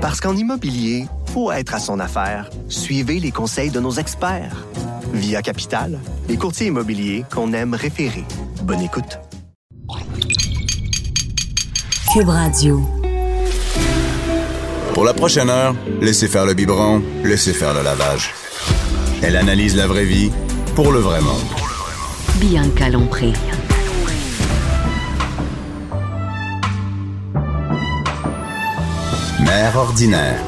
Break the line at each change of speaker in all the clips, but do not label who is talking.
Parce qu'en immobilier, faut être à son affaire. Suivez les conseils de nos experts. Via Capital, les courtiers immobiliers qu'on aime référer. Bonne écoute.
Cube Radio.
Pour la prochaine heure, laissez faire le biberon, laissez faire le lavage. Elle analyse la vraie vie pour le vrai monde.
Bianca Lompré.
Mère ordinaire.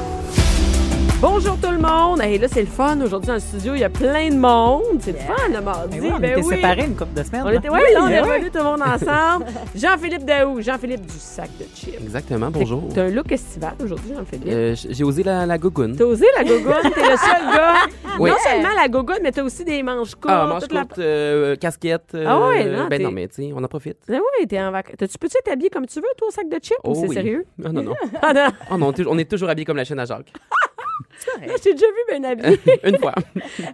Bonjour tout le monde! Et là, c'est le fun. Aujourd'hui, dans le studio, il y a plein de monde. C'est le fun, le mardi.
Ben oui, on
Ben
était
oui.
séparés ben une couple de semaines.
On
là.
était, ouais, là, on est revenus tout le monde ensemble. Jean-Philippe Daou, Jean-Philippe du sac de chips.
Exactement, bonjour.
T'as un look estival aujourd'hui, Jean-Philippe.
Euh, j- J'ai osé la, la gougoune.
T'as osé la gogoune, t'es le seul gars.
Oui.
Non seulement la gogoune, mais t'as aussi des manches courtes.
Ah, manche
toute la-
courte, euh, casquette. euh,
Ah ouais, non,
ben
t'es-
non, mais tu sais, on en profite.
Ah oui, t'es en vacances. T'as-tu peux-tu t'habiller comme tu veux, toi, au sac de chips? ou Oh, c'est
oui.
sérieux?
Ah non, non.
Ah non,
Ah non, on est- on est toujours habillés comme la chaîne à Jacques.
j'ai déjà vu ben habillé.
Une fois.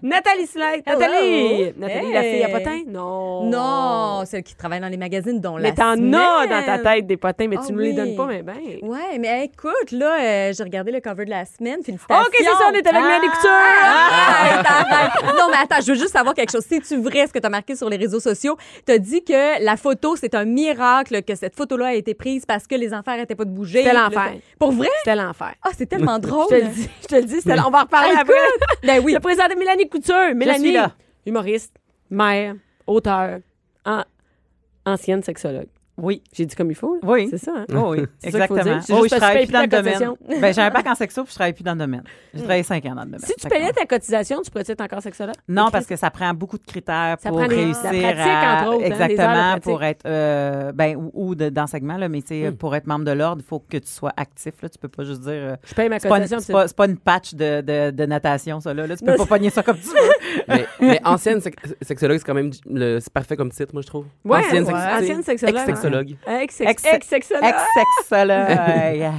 Nathalie Slate.
Hello.
Nathalie! Nathalie, la
Hey.
fille à potins? Non.
Non, celle qui travaille dans les magazines, dont la
Mais t'en
Semaine.
as dans ta tête des potins, mais
Ah
tu ne les
oui.
donnes pas, mais ben.
Ouais, mais écoute, là, euh, j'ai regardé le cover de la semaine. Félicitations.
OK, c'est ça, on est avec
Ah!
Mélanie Couture.
Ah! T'arrêtes. non, mais attends, je veux juste savoir quelque chose. C'est-tu vrai ce que tu as marqué sur les réseaux sociaux? Tu as dit que la photo, c'est un miracle que cette photo-là a été prise parce que les enfers n'étaient pas de bouger.
C'était
Le-
l'enfer.
Pour vrai?
C'était l'enfer.
Ah, c'est tellement drôle.
Je te le dis, je te le dis, c'était- on va en reparler
Ah,
après.
écoute, ben oui.
Je te présente Mélanie Couture. Mélanie,
suis là.
humoriste, mère, auteur, en- ancienne sexologue. Oui. J'ai dit comme il faut. là.
Oui.
C'est ça, hein?
Oh oui,
C'est ça qu'il faut dire.
exactement.
C'est
Oh,
juste
oui,
parce
je
que
travaille
tu
plus
payes
dans le
plus ta
domaine.
cotisation.
Ben, j'ai un bac en sexo, puis je travaille plus dans le domaine. J'ai travaillé cinq ans dans le domaine.
Mm. Si tu
Fait que-
payais ta cotisation, tu pourrais-tu être encore sexologue?
Non, parce que ça prend beaucoup de critères
Ça
pour
prend des- de la
réussir
pratique,
à-
entre autres, hein, des heures de
exactement
pratique. Mm.
pour être euh, ben ou, ou de- d'enseignement là, mais tu sais, pour être membre de l'ordre, il faut que tu sois actif là, tu peux pas juste dire euh,
Je paye ma
c'est pas, une,
cotisation.
c'est
puis
pas- c'est pas une patch de, de- de natation ça là, là. tu peux
Non,
pas
c'est-
pogner ça comme tu veux.
mais, mais ancienne sex- sexologue, c'est quand même le- c'est parfait comme titre, moi, je trouve.
Ouais,
ancienne,
ouais.
sex- tu sais,
Ancienne sexologue,
Ex-sexologue.
c'est- Ex-
Ex-
Ex-sexologue.
Ex-sexe là. euh,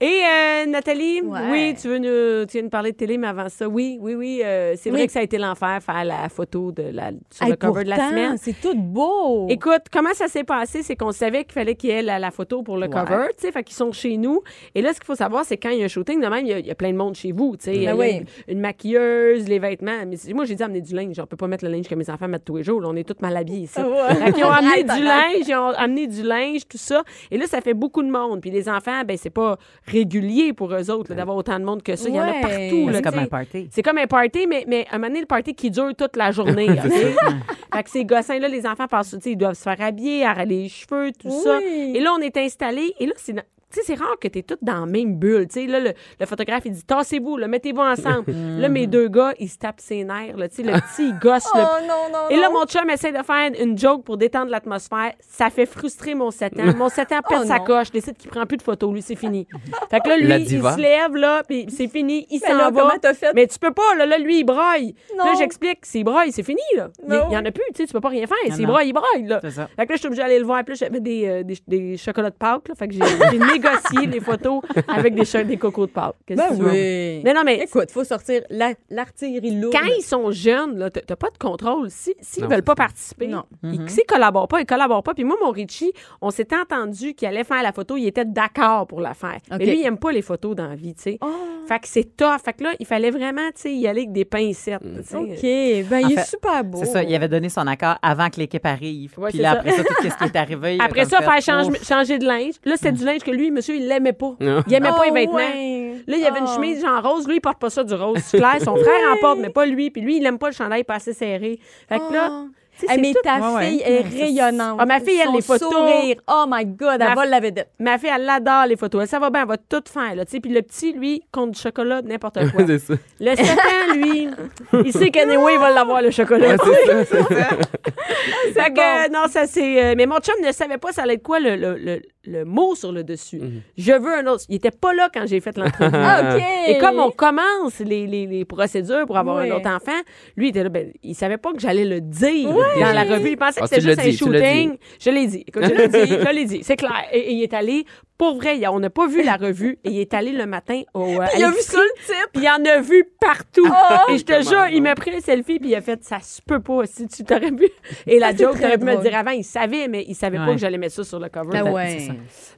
Et euh, Nathalie,
Ouais.
oui, tu veux nous, tu viens nous parler de télé, mais avant ça, oui, oui, oui, euh, c'est vrai
Oui.
que ça a été l'enfer faire la photo de la, sur
Hey,
le cover de la
pourtant,
semaine.
C'est tout
Oh.
beau.
Écoute, comment ça s'est passé, c'est qu'on savait qu'il fallait qu'il y ait la, la photo pour le cover, tu sais, fait qu'ils sont chez nous. Et là, ce qu'il faut savoir, c'est quand il y a un shooting, de même, il y a, il y a plein de monde chez vous,
Ben
tu sais. Il y a
oui.
une, une maquilleuse, les vêtements. Mais c'est- moi, j'ai dit amener du linge. On peut pas mettre le linge que mes enfants mettent tous les jours. là. on est toutes mal habillés
Ah
ici. Fait qu'ils ont amené du linge, ils ont amené du linge, tout ça. Et là, ça fait beaucoup de monde. Puis les enfants, ben c'est pas régulier pour eux autres là, d'avoir autant de monde que ça. Il y en a
Ouais.
partout. là,
Ben, c'est comme
tu sais.
un party.
C'est comme un party, mais, mais à un moment donné, le party qui dure toute la journée. ok? fait que ces gossins-là, les enfants passent, tu sais, ils doivent se faire habiller, arraler les cheveux, tout ça.
Oui.
Et là, on est installés. Et là, c'est. dans- Tu sais, c'est rare que tu es toutes dans la même bulle. Tu sais, là, le, le photographe, il dit Tassez-vous, là, mettez-vous ensemble. là, mes deux gars, ils se tapent ses nerfs. Là, tu sais, le petit, il gosse.
Oh
le-
non, non,
Et là,
non.
mon chum essaie de faire une joke pour détendre l'atmosphère. Ça fait frustrer mon 7 ans. Mon 7 ans perd
Oh
sa
non.
coche, décide qu'il prend plus de photos. Lui, c'est fini. fait que là, lui,
La
il
diva.
se lève, là, puis c'est fini. Il
Mais
s'en
Ben là,
va.
comment t'as fait?
Mais tu peux pas, là, là lui, il braille.
Non.
Là, j'explique, s'il braille, c'est fini, là. Il
Non.
il y en a plus, tu sais, tu peux pas rien faire. S'il
non.
braille, il braille, là.
C'est ça.
Fait que là, je suis obligée d'aller le voir. Puis là, j'avais des, euh, des, des chocolats de Pâques, là. Fait que j'ai j'ai négocié les photos avec des, cho- des cocos de Pâques. Qu'est-ce que tu veux?
Ben oui.
Mais non, mais
Écoute, faut sortir la- l'artillerie lourde.
Ben, quand ils sont jeunes, là, t'as t'as pas de contrôle. Si- S'ils
Non,
veulent
c'est
pas participer,
Non. Mm-hmm.
ils, s'ils collaborent pas, ils collaborent pas. Puis moi, mon Richie, on s'était entendu qu'il allait faire la photo, il était d'accord pour la faire. Mais
OK. Oh.
lui, il aime pas les photos dans la vie, tu sais. Fait que c'est tough. Fait que là, il fallait vraiment, tu sais, y aller avec des pincettes. tu sais.
OK. Ben, il est
fait,
super beau.
C'est ça, il avait donné son accord avant que l'équipe arrive.
Ouais,
Puis
c'est
là,
ça.
après ça, tout ce qui est arrivé. il a
Après
comme
ça,
fait,
faire change-
Ouf.
changer de linge. Là, c'était du linge que lui, monsieur, il l'aimait pas.
Ah.
Il aimait pas les
Oh,
vêtements.
ouais.
Là, il y avait une
Oh.
chemise genre rose. Lui, il porte pas ça du rose. C'est clair. Son frère en porte, mais pas lui. Puis lui, il aime pas le chandail pas assez serré. Fait que là,
Oh.
tu sais,
Ah,
c'est
mais
tout.
ta
Ouais, ouais.
fille est rayonnante.
Ah, ma fille, elle,
Son
les photos.
sourire. Oh my God,
Ma-
elle vole la vedette.
Ma fille, elle adore les photos. Elle, ça va bien, elle va tout faire. Là, tu sais. puis le petit, lui, compte du chocolat, n'importe quoi.
c'est ça.
le 7 ans, lui, il sait qu'anyway, il va l'avoir, le chocolat. Ah,
Ouais, c'est ça, c'est ça.
Fait que, euh, non, ça c'est. euh, mais mon chum ne savait pas ça allait être quoi le, le, le, le mot sur le dessus.
Mhm.
Je veux un autre. Il était pas là quand j'ai fait l'entrevue.
OK.
Et comme on commence les, les, les procédures pour avoir
Oui.
un autre enfant, lui, il était là, ben, il savait pas que j'allais le dire dans la revue. Il pensait
Ah,
que c'était
tu l'as
juste un
dit, tu l'as
shooting. Je l'ai dit. Écoute, je l'ai dit, je l'ai dit. C'est clair. Et, et il est allé Pour vrai, il y a- on n'a pas vu la revue et il est allé le matin au. euh, à
Il a vu
l'épicerie,
ça le type.
puis il en a vu partout.
Oh!
et je te
Comment,
jure, il
non?
m'a pris un selfie puis il a fait ça se peut pas si tu t'aurais vu. Et la joke,
très
t'aurais pu me le
drôle.
dire avant, il savait, mais il savait pas
Ouais.
que j'allais mettre ça sur le cover.
Ben
Ben,
ouais.
c'est ça.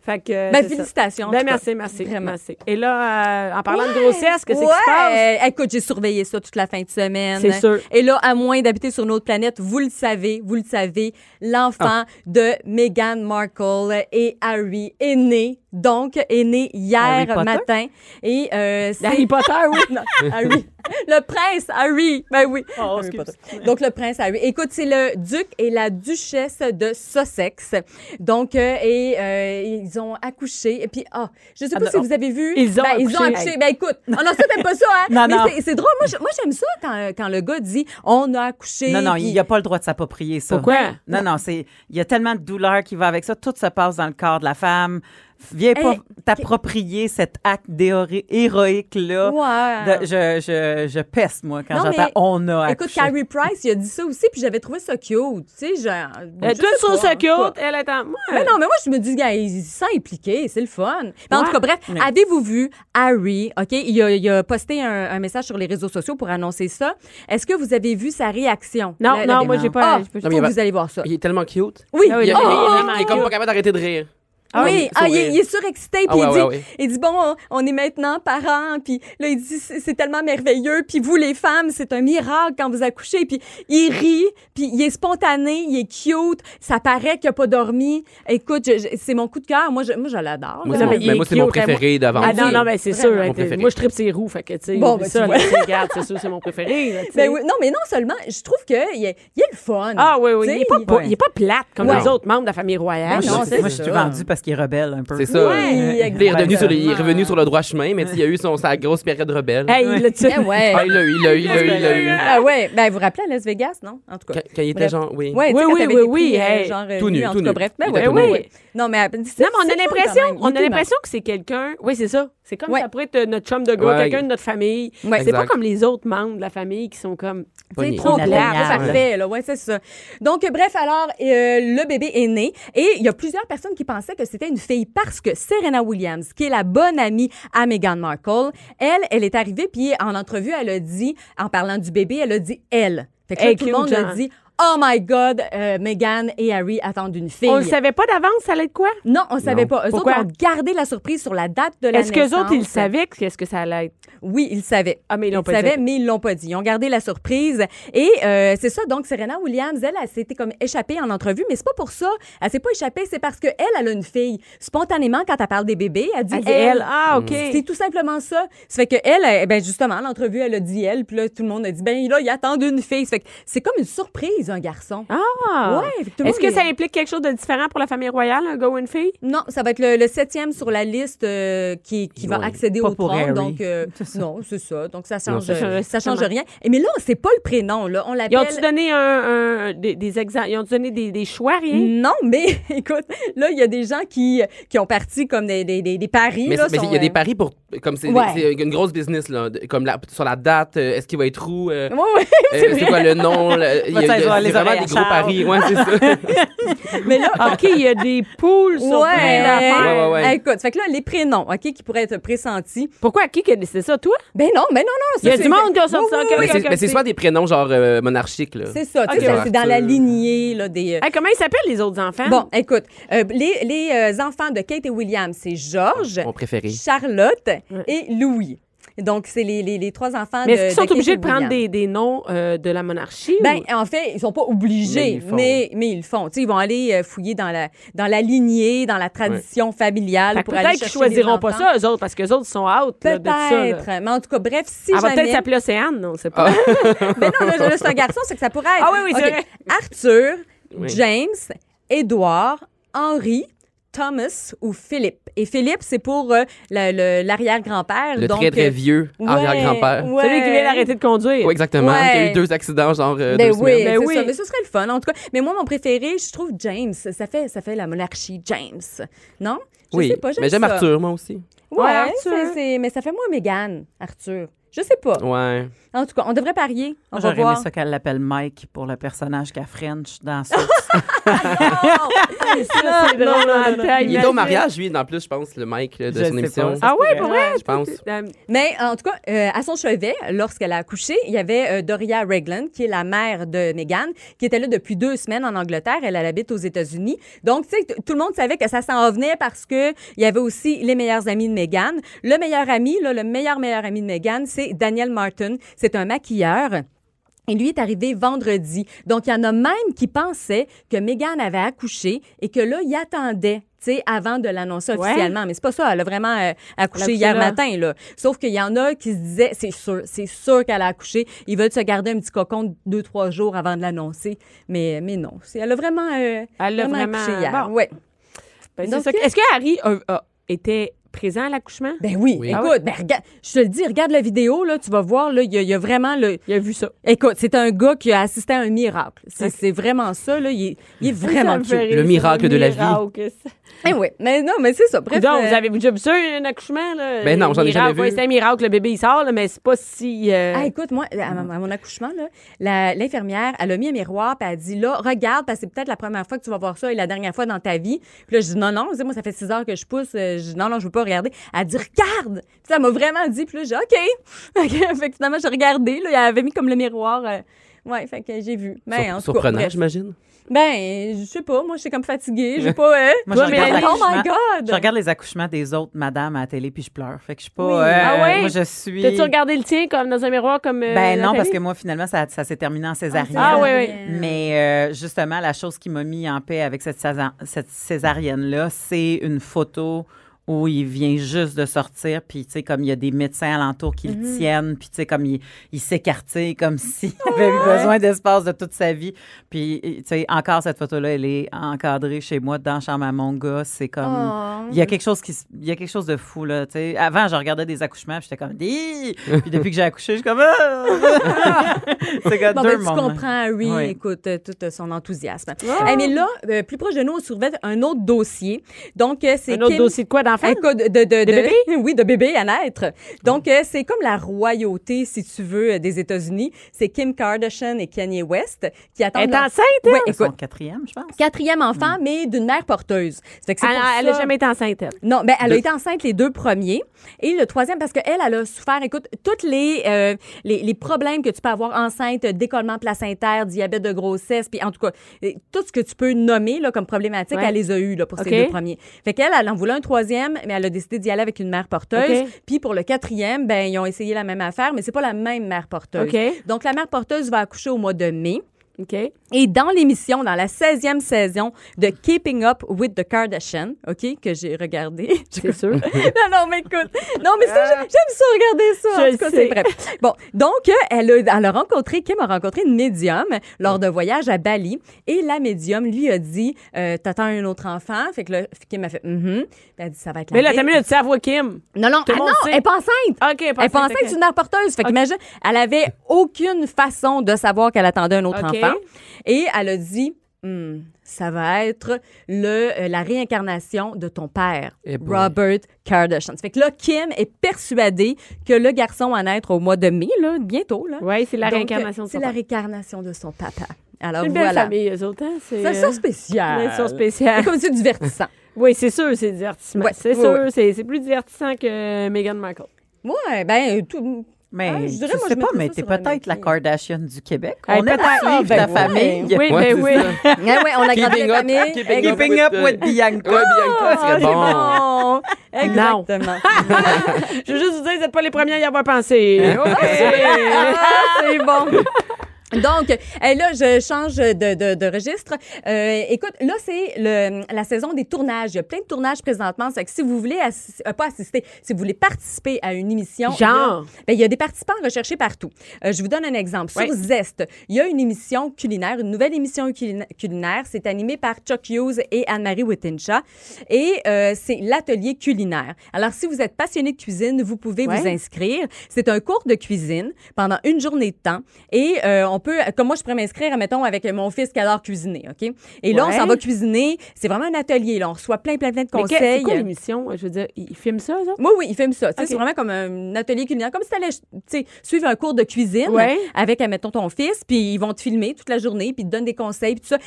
Fait que. euh,
Ben,
c'est ça.
félicitations. en
Ben,
tout cas.
merci, merci,
Vraiment.
merci. Et là, euh, en parlant de grossesse, qu'est-ce
ouais. Ben,
qui se passe?
Euh, Écoute, j'ai surveillé ça toute la fin de semaine.
C'est sûr.
Et là, à moins d'habiter sur une autre planète, vous le savez, vous le savez,
Ah.
l'enfant de Meghan Markle et Harry est né, donc est né
Harry
hier
Potter?
matin. Et euh, c'est-
Harry Potter, oui.
Non, Harry. Le prince Harry. Ben oui.
Oh,
Harry
excuse.
Potter. Donc, le prince Harry. Écoute, c'est le duc et la duchesse de Sussex. Donc, euh, et euh, ils ont accouché. Et puis, ah, je sais pas
non,
si
non.
vous avez vu.
Ils ont
Ben, Ils ont
accouché.
accouché. Ben écoute, oh, non, ça, t'aimes pas ça, hein?
Non,
Mais
non.
c'est- C'est drôle. Moi, je- moi, j'aime ça quand, euh, quand le gars dit on a accouché.
Non, non,
puis-
il n'a pas le droit de s'approprier ça.
Pourquoi?
Non, non, c'est il y a tellement de douleur qui va avec ça. Tout se passe dans le corps de la femme. Viens pas
Hey,
t'approprier cet acte d'héori- héroïque-là.
Ouais.
De- je, je, je peste, moi, quand
Non,
j'entends
mais-
on a
Écoute,
accouché.
Carrie Price, il a dit ça aussi, puis j'avais trouvé ça cute. Tu sais, genre.
Euh,
Ben, je
toi,
sais
tu trouves
pas,
ça
en tout cas.
cute? Elle est en. Moi,
Mais Ah non, mais moi, je me dis, gars, ils sont impliqués, c'est le fun. Mais en
Ouais.
tout cas, bref,
Ouais.
avez-vous vu Harry, OK, il a, il a posté un, un message sur les réseaux sociaux pour annoncer ça. Est-ce que vous avez vu sa réaction?
Non,
La- la-
non, moi, j'ai pas.
Ah,
j'ai pas-
faut
mais il
que
va-
vous allez voir ça.
Il est tellement cute.
Oui,
Ah
Il,
oui,
est-
là,
il est-
Oh, oh,
il est- il est comme pas capable d'arrêter de rire.
oui,
oui,
ah, il, est-
sourire.
il est surexcité, puis
Ah ouais,
il, dit,
ouais, ouais.
il dit, bon, on est maintenant parents, puis là, il dit, c'est c'est tellement merveilleux, puis vous, les femmes, c'est un miracle quand vous accouchez, puis il rit, puis il est spontané, il est cute, ça paraît qu'il n'a pas dormi. Écoute, je- je- c'est mon coup de cœur, moi, je, moi, je l'adore.
Moi,
là.
Non,
c'est mon,
mais il
ben,
est
moi, c'est mon
cute, hein,
préféré d'avant.
Ah
Pardon.
non, non, mais c'est sûr.
Vraiment.
hein,
Mon
t'es-
préféré.
moi, je tripe ses roues. Fait que, tu sais,
Bon,
oublie
ben, tu
ça.
vois.
là, tu sais, regarde, c'est sûr, c'est mon préféré. là, tu sais.
Ben oui, non, mais non seulement, je trouve qu'il est, il est le fun.
Ah oui, oui.
Tu sais,
Il est pas,
il-
pas- il est pas plate comme
Ouais.
les autres membres de la famille royale.
Ben non,
moi,
c'est
je, moi, je
ça.
suis vendue parce qu'il est rebelle un peu.
C'est ça.
Ouais,
euh,
Il est
exactement.
revenu sur le- il est revenu sur le droit chemin, mais tu sais, il a eu son, sa grosse période rebelle.
Hey, il l'a-tu-
Ben ouais.
Ah, il l'a eu, il l'a eu, il l'a eu, il l'a eu.
Ah ouais, ben vous vous rappelez à Las Vegas, non? En tout cas.
Quand, quand il était
Bref.
genre, oui.
Ouais, tu
Oui,
sais, quand
oui,
t'avais
oui,
des
oui,
prix, euh,
hey.
genre, euh,
Tout nu,
en
tout
cas,
nu.
bref. Ben
Il
ouais,
était
ouais,
tout nu.
ouais. Non, mais c'est-
Non, mais on
c'est
a
fun quand
l'impression,
même.
on a
Il est
l'impression que c'est quelqu'un. Oui, c'est ça. C'est comme
Ouais.
ça pourrait être euh, notre chum de gars,
Ouais.
quelqu'un de notre famille.
Ouais.
C'est pas
Exact.
comme les autres membres de la famille qui sont comme.
C'est
Pogné.
trop
Inatteignable.
clair, parfait, là. Ouais, c'est ça. Donc, euh, bref, alors, euh, le bébé est né et il y a plusieurs personnes qui pensaient que c'était une fille parce que Serena Williams, qui est la bonne amie à Meghan Markle, elle, elle est arrivée puis en entrevue, elle a dit, en parlant du bébé, elle a dit elle. Fait que là,
Hey,
tout le
cute,
monde a
hein?
dit, oh my God, euh, Meghan et Harry attendent une fille.
On le savait pas d'avance, ça allait être quoi?
Non, on ne savait
Non.
pas. Eux
Pourquoi?
autres, ils ont gardé la surprise sur la date de la
Est-ce
naissance.
que les autres, ils le savaient? Est-ce que ça allait être.
Oui, ils le savaient.
Ah, mais ils
Ils
l'ont
le
pas
savaient,
dit.
mais ils l'ont pas dit. Ils ont gardé la surprise. Et euh, c'est ça, donc Serena Williams, elle, elle s'était comme échappée en entrevue, mais c'est pas pour ça. Elle s'est pas échappée, c'est parce que elle, elle a une fille. Spontanément, quand elle parle des bébés, elle dit
Elle dit elle. Ah, OK.
Mm.
C'est tout simplement ça. Ça fait que elle, elle, ben justement, l'entrevue, elle a dit elle, puis là, tout le monde a dit, ben là, ils attendent une fille. Ça fait que c'est comme une surprise, un garçon.
Ah!
Ouais, fait que tout le
Est-ce
monde
que ça
est-
implique quelque chose de différent pour la famille royale, un gars ou une fille?
Non, ça va être le, le septième sur la liste euh, qui, qui va
Ouais.
accéder
Pas
au
pour
trône.
Harry.
Donc, euh, non, c'est ça. Donc, ça change,
ça change
euh, ça change
strictement.
rien. Et mais là, on sait pas le prénom. Là. On
Ils
l'appelle...
ont-tu donné un, un- des, des exemples? Ils ont donné des, des choix, rien?
Non, mais écoute, là, il y a des gens qui, qui ont parti comme des, des, des, des paris.
Mais
là,
c'est- mais
sont,
il y a des
euh,
paris pour. Comme c'est
Ouais.
c'est une grosse business, là. de- Comme la- sur la date, euh, est-ce qu'il va être roux? euh,
Ouais, ouais.
euh, c'est quoi le nom? le- il y
Va-t-il
a, il y
avoir
a-
les
c'est vraiment
oreilles
des
à
gros
Charles?
paris. Ouais, c'est ça.
Mais là, OK, il y a des poules sur
Ouais. Ah,
plein d'affaires.
Ouais, ouais, ouais.
Écoute, fait que là, les prénoms, OK, qui pourraient être pressentis.
Pourquoi? Qui qui a décidé ça? Toi?
Ben non, ben non, non.
Il y a
ça,
du
c'est-
monde qui a sorti ça.
Oui, oui,
OK,
Mais
OK,
c'est-
OK,
mais c'est
OK.
soit des prénoms genre euh, monarchiques, là.
C'est ça, tu sais,
Ok.
ça, c'est dans la lignée là, des... euh,
Hey, comment ils s'appellent, les autres enfants?
Bon, écoute, euh, les, les, euh, enfants de Kate et William, c'est George,
Mon préféré.
Charlotte et Louis. Donc, c'est les, les, les trois enfants
Mais
de,
est-ce qu'ils
de
sont obligés de
Kate et
prendre
William.
des, des noms euh, de la monarchie?
Ben,
ou-
en fait, ils sont pas obligés,
Mais ils le font.
mais, mais ils le font. Tu sais, ils vont aller euh, fouiller dans la, dans la lignée, dans la tradition familiale
Fait que
pour aller
peut-être qu'ils
chercher
choisiront
les
pas
enfants.
ça, eux autres, parce qu'eux autres sont out là, de tout ça. là.
Peut-être. Mais en tout cas, bref, si
Elle va
jamais...
peut-être s'appeler Océane, non, c'est
Ah.
pas.
Mais non, là, là, c'est un garçon, c'est que ça pourrait être.
Ah oui, oui, c'est
OK.
vrai.
Arthur,
Oui.
James, Édouard, Henri, Thomas ou Philippe. Et Philippe, c'est pour euh, la- le- l'arrière-grand-père.
Le
donc,
très, très
euh,
vieux
ouais,
arrière-grand-père.
ouais.
Celui qui vient d'arrêter de conduire.
Oui, exactement.
Ouais.
Il y a eu deux accidents, genre. euh,
Ben
deux
oui,
semaines.
c'est
Ben oui.
ça. Mais ce serait le fun, en tout cas. Mais moi, mon préféré, je trouve James. Ça fait, ça fait la monarchie, James. Non? Je
oui.
sais pas, j'aime
mais j'aime
ça.
Arthur, moi aussi.
Ouais,
Ouais, Arthur.
c'est- c'est- mais ça fait moi Mégane, Arthur. Je sais pas.
Ouais.
En tout cas, on devrait parier. On va
J'aurais aimé
voir.
ça qu'elle l'appelle Mike pour le personnage qu'a French dans Source.
Ah,
Ça, c'est drôle en même temps,
Il est
imagine.
au mariage, lui, en plus, je pense, le Mike là, de
Je
son
sais
émission.
pas.
Ah ouais, pour vrai?
Je pense.
Euh,
Mais en tout cas, euh, à son chevet, lorsqu'elle a accouché, il y avait euh, Doria Regland, qui est la mère de Meghan, qui était là depuis deux semaines en Angleterre. Elle, elle habite aux États-Unis. Donc, tu sais, t- tout le monde savait que ça s'en venait parce que il y avait aussi les meilleurs amis de Meghan. Le meilleur ami, là, le meilleur meilleur ami de Meghan, c'est Daniel Martin. C'est un maquilleur. Et lui est arrivé vendredi. Donc, il y en a même qui pensaient que Meghan avait accouché et que là, il attendait, tu sais, avant de l'annoncer
Ouais.
officiellement. Mais c'est pas ça. Elle a vraiment euh, accouché
Elle a
hier
accouché là.
matin, là. Sauf qu'il y en a qui se disaient, c'est sûr, c'est sûr qu'elle a accouché. Ils veulent se garder un petit cocon deux, trois jours avant de l'annoncer. Mais, mais non. C'est- Elle a vraiment, euh,
Elle l'a
vraiment,
vraiment-
accouché hier.
bon.
Ouais.
ben, c'est
Donc,
ça que- Est-ce que Harry a- a- était présent à l'accouchement?
Ben oui,
Oui.
écoute,
Ah ouais.
ben regarde, je te le dis, regarde la vidéo, là, tu vas voir, là, il y, a- il y a vraiment le,
Il a vu ça.
Écoute, c'est un gars qui a assisté à un miracle. C'est c'est vraiment ça, là. Il est, il est vraiment cute.
Le miracle de la vie.
Eh oui, mais non, mais c'est ça. Bref,
Donc,
euh,
vous avez déjà vu ça, un accouchement? Là?
Ben non, j'en ai
Miracle,
jamais vu.
ouais, c'est un miracle, le bébé, il sort, là, mais c'est pas si... euh,
ah, écoute, moi, à, ma- à mon accouchement, là, la- l'infirmière, elle a mis un miroir, puis elle a dit, là, regarde, parce que c'est peut-être la première fois que tu vas voir ça et la dernière fois dans ta vie. Puis là, je dis, non, non, Tu sais, moi, ça fait six heures que je pousse. Euh, Je dis, non, non, je veux pas regarder. Elle a dit, regarde! Puis ça m'a vraiment dit, puis là, j'ai, OK. OK. fait que finalement, j'ai regardé, là, elle avait mis comme le miroir. euh, ouais, fait que j'ai vu. Mais Ben, en tout cas,
Surprenant,
bref.
j'imagine.
Ben, je sais pas. Moi, je suis comme fatiguée. Je sais pas. Hein?
Moi,
Toi,
je,
Mélanie,
regarde
oh my
l'accouchement-
God!
je regarde les accouchements des autres madames à la télé puis je pleure. Fait que je suis pas.
Oui.
euh,
Ah ouais?
Moi, je suis.
T'as-tu regardé le tien comme dans un miroir comme. euh,
Ben non,
Nathalie?
parce que moi, finalement, ça, ça s'est terminé en césarienne.
Ah, oui, oui.
Mais euh, justement, la chose qui m'a mis en paix avec cette, césar- cette césarienne-là, c'est une photo où il vient juste de sortir, puis tu sais, comme il y a des médecins alentour qui
Mhm.
le tiennent, puis tu sais, comme il, il s'écartait, comme s'il avait eu besoin d'espace de toute sa vie. Puis, tu sais, encore cette photo-là, elle est encadrée chez moi, dans la chambre à mon gars. C'est
Oh.
Oh.
comme... euh, Il y
Mm.
a quelque chose qui se- il y a quelque chose de fou là, tu sais. Avant, je regardais des accouchements, puis j'étais comme Dii! puis depuis que j'ai accouché, je suis comme Ah! C'est comme
Bon, ben,
deux
tu
moments.
comprends, Harry,
Oui.
écoute, euh, tout euh, son enthousiasme.
Ah!
Eh, mais là, euh, plus proche de nous, on surveille un autre dossier. Donc, euh, c'est
Un autre
Kim-
dossier de quoi d'enfant?
Un cas de, de, de- de-
bébé?
Oui, de bébé à naître. Donc, euh, c'est comme la royauté, si tu veux, euh, des États-Unis. C'est Kim Kardashian et Kanye West qui attendent...
Elle est
leur-
enceinte?
Ouais,
C'est son
écoute,
quatrième, je pense.
quatrième enfant, mais d'une mère porteuse. Ça fait que c'est
Elle,
pour
elle a
ça-
jamais été enceinte, elle.
Non, ben, elle a été enceinte les deux premiers. Et le troisième, parce qu'elle, elle a souffert, écoute, tous les, euh, les, les problèmes que tu peux avoir enceinte, euh, décollement placentaire, diabète de grossesse, puis en tout cas, euh, tout ce que tu peux nommer là, comme problématique,
Ouais.
elle les a eues là, pour
OK.
ces deux premiers. Fait qu'elle, elle en voulait un troisième, mais elle a décidé d'y aller avec une mère porteuse.
OK.
Puis pour le quatrième, ben, ils ont essayé la même affaire, mais c'est pas la même mère porteuse.
OK.
Donc, la mère porteuse va accoucher au mois de mai.
OK.
Et dans l'émission, dans la 16e saison de Keeping Up with the Kardashians, OK, que j'ai regardé.
C'est sûr.
non, non, mais écoute. Non, mais ça, j'ai- j'aime ça regarder ça. en
Je
tout cas,
sais.
c'est bref. Bon, donc, euh, elle a, elle a rencontré, Kim a rencontré une médium lors d'un voyage à Bali. Et la médium lui a dit, euh, t'attends un autre enfant. Fait que là, Kim a fait, Mhm. Puis Elle a dit, ça va être la
Mais là,
vraie.
t'as mis le ça voix Kim.
Non, non,
Tout le
ah
monde
non,
sait.
elle est pas enceinte.
OK, elle est
Elle
pas
pensait
enceinte,
que
ok.
c'est une mère porteuse. Fait qu'imagine, elle avait aucune façon de savoir qu'elle attendait un autre
OK.
enfant. Et elle a dit, Hmm, ça va être le, euh, la réincarnation de ton père,
Eh boy.
Robert Kardashian. Ça Fait que là, Kim est persuadée que le garçon va naître au mois de mai, là, bientôt. Là.
Oui, c'est la
Donc,
réincarnation de
C'est
son
la
père.
réincarnation de son papa. Alors
C'est une belle
voilà.
famille, eux autres. Hein? C'est
Ça
euh,
sent spécial.
une spéciale.
C'est comme c'est divertissant.
Oui, c'est sûr, c'est divertissant.
Ouais,
c'est
ouais,
sûr,
ouais.
c'est c'est plus divertissant que euh, Meghan Markle.
ouais, ben, tout,
Mais
Ah, je
je,
dirais, moi,
sais
je
pas,
mettrais
mais
ça
t'es
sur un
peut-être la
épier.
Kardashian du Québec.
Hey,
On aime
peut-être.
suivre
Ah,
ta
ben
famille.
Eh
Oui,
Ouais,
ben
c'est
oui.
ça.
Ouais, ouais, on a grandi
Keeping up,
la famille.
keeping
Exact-
Keeping up with Bianca.
Ouais, Bianca,
Ah,
serait bon.
c'est bon. Exactement.
Je veux juste vous dire, vous n'êtes pas les premiers à y avoir
Hein?
pensé.
Ah, c'est bon. Donc, eh, là, je change de, de- de registre. Euh, écoute, là, c'est le- la saison des tournages. Il y a plein de tournages présentement. C'est que si vous voulez assis- euh, pas assister, si vous voulez participer à une émission,
Genre.
là, ben, il y a des participants recherchés partout. Euh, je vous donne un exemple. Sur
Ouais.
Zest, il y a une émission culinaire, une nouvelle émission culina- culinaire. C'est animé par Chuck Hughes et Anne-Marie Wittincha. Et euh, c'est l'atelier culinaire. Alors, si vous êtes passionné de cuisine, vous pouvez
Ouais.
vous inscrire. C'est un cours de cuisine pendant une journée de temps. Et euh, on peut, comme moi, je pourrais m'inscrire, mettons, avec mon fils qui adore cuisiner, OK? Et là, on
Ouais.
s'en va cuisiner. C'est vraiment un atelier, là. On reçoit plein, plein, plein de
Mais que- C'est
conseils.
quoi l'émission? Je veux dire, ils filment ça, ça?
Oui, oui, il filme ça. Tu sais,
Ok.
C'est vraiment comme un atelier culinaire, comme si tu allais tu sais, suivre un cours de cuisine
Ouais.
avec, admettons, ton fils, puis ils vont te filmer toute la journée, puis ils te donnent des conseils, puis tout ça.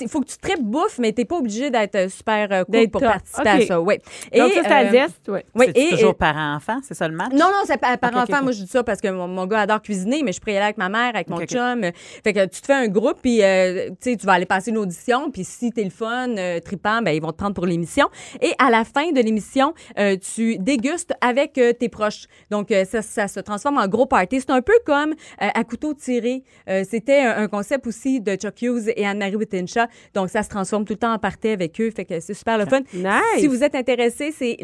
Il faut que tu tripes bouffe, mais t'es pas obligé d'être euh, super euh, cool
Ah. D'être
pour
top.
participer
Ok.
à ça. Ouais.
Donc, ça, c'est à
euh,
Zest, oui.
ouais,
C'est
et-
toujours
et-
parent-enfant, c'est ça le match?
non, non, c'est par, par
Ok, ok,
enfant.
ok.
Moi, je dis ça parce que mon, mon gars adore cuisiner, mais je pourrais y aller avec ma mère, avec mon
Ok, ok.
chum. Fait que tu te fais un groupe, puis euh, tu sais, tu vas aller passer une audition, puis si t'es le fun, euh, tripant, ben, ils vont te prendre pour l'émission. Et à la fin de l'émission, euh, tu dégustes avec euh, tes proches. Donc, euh, ça, ça se transforme en gros party. C'est un peu comme euh, à couteau tiré. Euh, C'était un, un concept aussi de Chuck Hughes et Anne-Marie Wittenshaw. Donc, ça se transforme tout le temps en party avec eux. Fait que c'est super
Ah,
le fun.
Nice.
Si vous êtes intéressé, c'est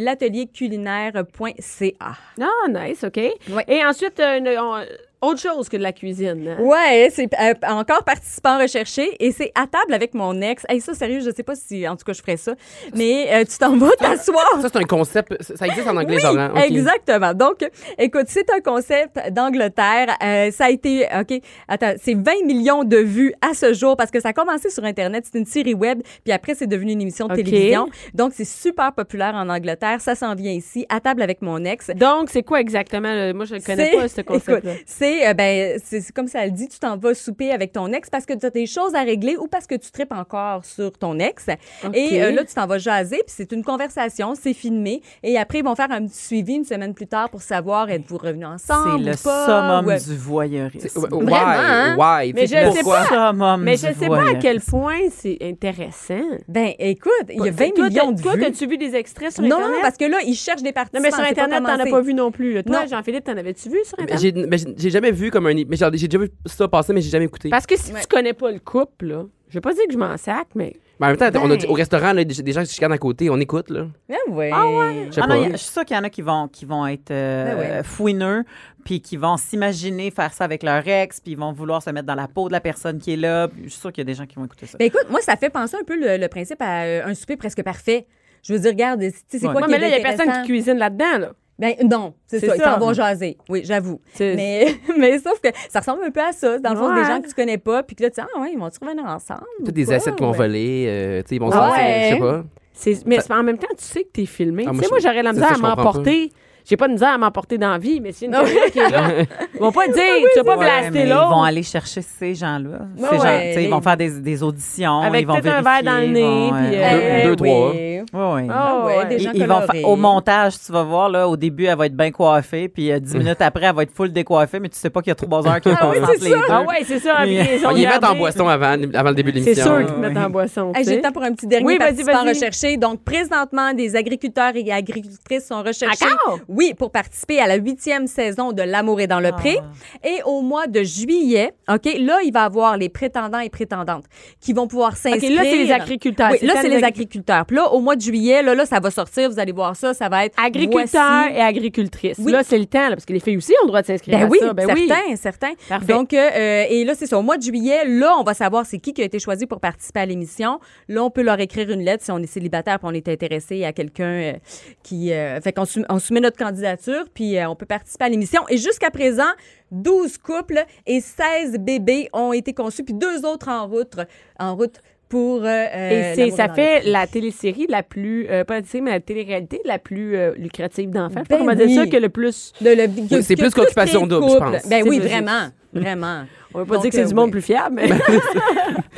l'atelierculinaire.ca.
Non, Ah, nice, OK.
Ouais.
Et ensuite, euh, une- on- autre chose que de la cuisine. hein?
Ouais, c'est euh, encore participant recherché et c'est à table avec mon ex. Hey, ça, sérieux, je sais pas si, en tout cas, je ferais ça, mais euh, tu t'en vas t'asseoir.
Ça, c'est un concept. Ça ça existe en anglais,
Oui,
genre. hein? Ok.
Exactement. Donc, écoute, c'est un concept d'Angleterre. Euh, ça a été, OK, attends, c'est 20 millions de vues à ce jour parce que ça a commencé sur Internet. C'est une série web, puis après, c'est devenu une émission de
OK.
télévision. Donc, c'est super populaire en Angleterre. Ça s'en vient ici, à table avec mon ex.
Donc, c'est quoi exactement? le- Moi, je ne connais
C'est-
pas ce concept-là.
écoute, C'est euh, ben c'est c'est comme ça le dit, tu t'en vas souper avec ton ex parce que tu as des choses à régler ou parce que tu tripes encore sur ton ex.
OK.
Et euh, là tu t'en vas jaser puis c'est une conversation, c'est filmé et après ils vont faire un petit suivi une semaine plus tard pour savoir êtes-vous revenus ensemble
C'est
ou
le
pas,
summum
ou, euh,
du voyeurisme.
Ouais, Why?
hein?
Why?
Mais
Tu sais
je sais
pourquoi?
Le summum
Mais
du
je ne sais pas à quel
voyeurisme.
point c'est intéressant.
Ben écoute, il y a 20
Toi, t'as-
millions de
Toi,
vues.
as-tu vu des extraits sur
non,
Internet?
non, parce que là, ils cherchent des participants.
Non, mais sur
c'est
Internet, t'en as
commencé.
pas vu non plus. là. Toi,
Non.
Jean-Philippe, t'en avais-tu vu sur
Mais
Internet?
J'ai mais j'ai- j'ai jamais vu comme un. é- Mais genre, j'ai déjà vu ça passer, mais j'ai jamais écouté.
Parce que si
Ouais.
tu connais pas le couple, là, je vais pas dire que je m'en sac, mais.
Mais en même temps, on a dit- au restaurant, là, des des gens qui se chicanent à côté, on écoute, là.
Ah ouais.
Je sais
Ah
pas.
non, il y a- je suis sûre qu'il y en a qui vont, qui vont être euh,
Ben ouais.
fouineux, puis qui vont s'imaginer faire ça avec leur ex, puis ils vont vouloir se mettre dans la peau de la personne qui est là. Je suis sûre qu'il y a des gens qui vont écouter ça.
Ben écoute, moi ça fait penser un peu le, le principe à euh, un souper presque parfait. Je veux dire, regarde, tu sais, c'est
Ouais.
Ouais,
quoi qui
mais
est
là, il y a personne
d'intéressant?
qui cuisine là-dedans, là.
Ben non, c'est
C'est
ça, ils
ça.
s'en vont jaser. Oui, j'avoue.
C'est-
Mais, mais sauf que ça ressemble un peu à ça, dans le fond,
Ouais.
des gens que tu connais pas, puis que là, tu dis, ah ouais, ils vont se revenir ensemble.
Toutes des assiettes qui vont
voler.
voler, euh, tu sais, ils vont
Ouais.
se lancer, je sais pas.
C'est- Mais c'est- en même temps, tu sais que t'es filmé.
Ah,
tu
moi,
sais,
je-
moi, j'aurais la
c'est
misère
ça,
à
je comprends
m'emporter. J'ai pas de misère à m'emporter dans la vie, mais si une
Ah ouais.
caméra qui est là, ils vont pas te dire, tu vas pas
Ouais, mais
blaster
ils vont
l'autre.
aller chercher ces gens-là. Ces
Ben
gens-
ouais,
tu sais, ils vont
les-
faire des, des auditions.
Avec
ils vont
peut-être un verre dans le
vérifier, ils
nez,
vont,
puis,
euh,
euh,
Ben
Deux- deux, trois.
Ouais, ouais.
Ah ouais.
des gens
Ils, ils vont
colorés.
fa- au montage, tu vas voir, là, au début, elle va être bien coiffée, puis euh, dix minutes après, elle va être full décoiffée, mais tu sais pas qu'il y a trois heures qui
Ah oui,
passent entre
c'est
les
ça.
deux.
Ah ouais, c'est ça.
Mais-
puis ils ont
On y met en
gardé.
boisson avant, avant le début de
C'est
l'émission.
sûr
Ah
qu'ils mettent
ouais.
en boisson.
Hey,
tu
J'ai
sais.
le temps pour un petit dernier
Oui, vas-y,
participant
vas-y.
recherché. Donc, présentement, des agriculteurs et agricultrices sont recherchés.
Encore?
Oui, pour participer à la huitième saison de L'amour est dans
Ah.
le pré. Et au mois de juillet, OK, là, il va y avoir les prétendants et prétendantes qui vont pouvoir
OK,
s'inscrire.
là, c'est les agriculteurs.
Oui, là,
tant
c'est les agriculteurs. Puis là, au mois de juillet, là, là, ça va sortir. Vous allez voir ça. Ça va être
Agriculteurs
voici-
et agricultrices.
Oui.
Là, c'est le temps, là, parce que les filles aussi ont le droit de s'inscrire
Ben
à
oui,
ça. Ben oui,
certain, certain.
Parfait.
Donc, euh, et là, c'est ça. Au mois de juillet, là, on va savoir c'est qui qui a été choisi pour participer à l'émission. Là, on peut leur écrire une lettre si on est célibataire puis on est intéressé à quelqu'un euh, qui... euh, fait qu'on sou- on soumet notre candidature, puis euh, on peut participer à l'émission. Et jusqu'à présent, 12 couples et 16 bébés ont été conçus, puis deux autres en route, en route pour... euh,
Et c'est,
l'amour
ça
dans
fait
le pré.
la télésérie la plus, euh, pas la télésérie, mais la télé-réalité la plus euh, lucrative d'enfants. Je sais
Ben
pas comment dire ça,
oui.
que le plus.
De le- que-
Oui, c'est
que
plus qu'Occupation
créer de
double, je
couple.
pense.
Ben
C'est
oui,
logique.
vraiment, vraiment.
On va pas
Donc,
dire que c'est
euh,
du monde
oui.
plus fiable, mais.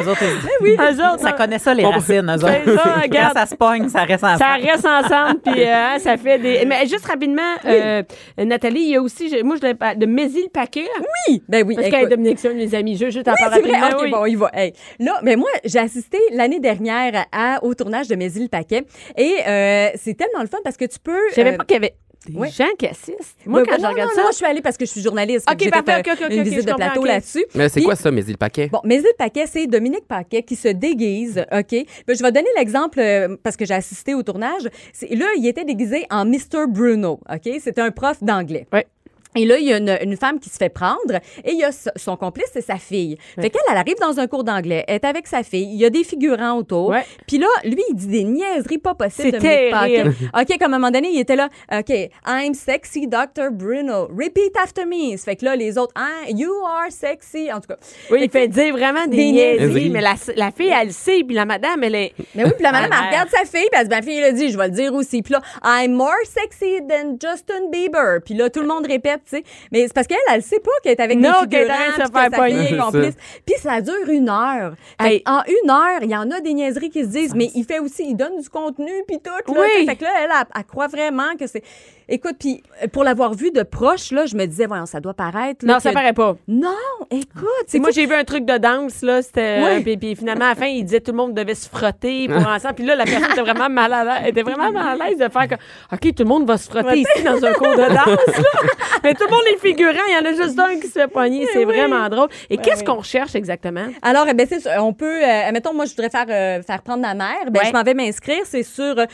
Eux autres, ils-
Eh oui, eux autres,
ça connaît ça, les
On-
racines, eux
C'est
autres.
ça,
Quand
regarde.
ça se pogne, ça reste ensemble.
Ça reste ensemble, puis euh, ça fait des. Mais juste rapidement, euh, Nathalie, il y a aussi, je- moi, je l'ai pas- de Mézil Paquet. Oui,
Ben oui,
parce
écoute.
qu'elle est Dominique Sion, les amis, je juste en
Oui,
parle
c'est vrai. Ah,
rapidement,
OK,
oui.
bon, il va. Hey. Là, mais moi, j'ai assisté l'année dernière à, au tournage de Mes îles Paquet et euh, c'est tellement le fun parce que tu peux.
Je savais
euh,
pas qu'il y avait des
ouais.
gens qui assistent. Moi,
ben,
quand
non,
je regarde
non,
ça.
non, je suis allée parce que je suis journaliste. fait
OK,
que j'ai
parfait,
fait,
OK,
euh,
OK,
une
OK,
visite
je
de
comprends,
plateau
OK.
là-dessus.
Mais c'est
Puis-
quoi ça, mais le paquet?
Bon, Mes îles Paquet, c'est Dominique Paquet qui se déguise, OK? Ben, je vais donner l'exemple euh, parce que j'ai assisté au tournage. C'est- Là, il était déguisé en Mr. Bruno, OK? C'était un prof d'anglais.
Ouais.
Et là, il y a une, une femme qui se fait prendre et il y a so- son complice, c'est sa fille. Fait qu'elle, elle arrive dans un cours d'anglais, elle est avec sa fille, il y a des figurants autour.
Ouais.
Puis là, lui, il dit des niaiseries pas possibles.
C'est
Dominique
terrible.
Paquet. OK, comme à un moment donné, il était là, OK, I'm sexy Dr. Bruno, repeat after me. Ça Fait que là, les autres, hein, you are sexy, en tout cas.
Oui,
Fait
il
que-
fait dire vraiment des,
Des niaiseries.
niaiseries,
Oui.
mais la, la fille, elle le sait, puis la madame, elle est...
Mais oui, puis la madame,
Ah,
elle regarde sa fille, puis elle dit, ma fille, elle a dit, je vais le dire aussi. Puis là, I'm more sexy than Justin Bieber. Puis là, tout le monde répète, tu sais. Mais c'est parce qu'elle, elle sait pas qu'elle est avec
Non,
des
qu'elle est en
figurants,
train de se
puis que
faire
sa fille
pogner.
est complice. Puis ça dure une heure.
Hey.
En une heure, il y en a des niaiseries qui se disent, mais il fait aussi, il donne du contenu, puis tout. Là,
Oui.
tu sais. Fait que là, elle, elle, elle croit vraiment que c'est... Écoute, puis euh, pour l'avoir vu de proche, là, je me disais, voyons, ça doit paraître. là,
Non, ça
que-
paraît pas.
Non, écoute, c'est
Moi, j'ai vu un truc de danse, là, c'était...
Ouais. Ah.
euh, Puis, puis finalement, à la fin, il disait tout le monde devait se frotter pour ensemble. Puis là, la personne était vraiment mal à l'aise, elle était vraiment mal à l'aise de faire comme... OK, tout le monde va se frotter ici dans un cours de danse, là. Mais tout le monde est figurant, il y en a juste un qui se fait poigner, c'est vraiment drôle. Et
Ben
qu'est-ce qu'on recherche exactement?
Alors, eh ben, c'est sûr, on peut, euh, mettons, moi, je voudrais faire, euh, faire prendre ma mère. Ben,
Ouais.
Je m'en vais m'inscrire. C'est sur euh,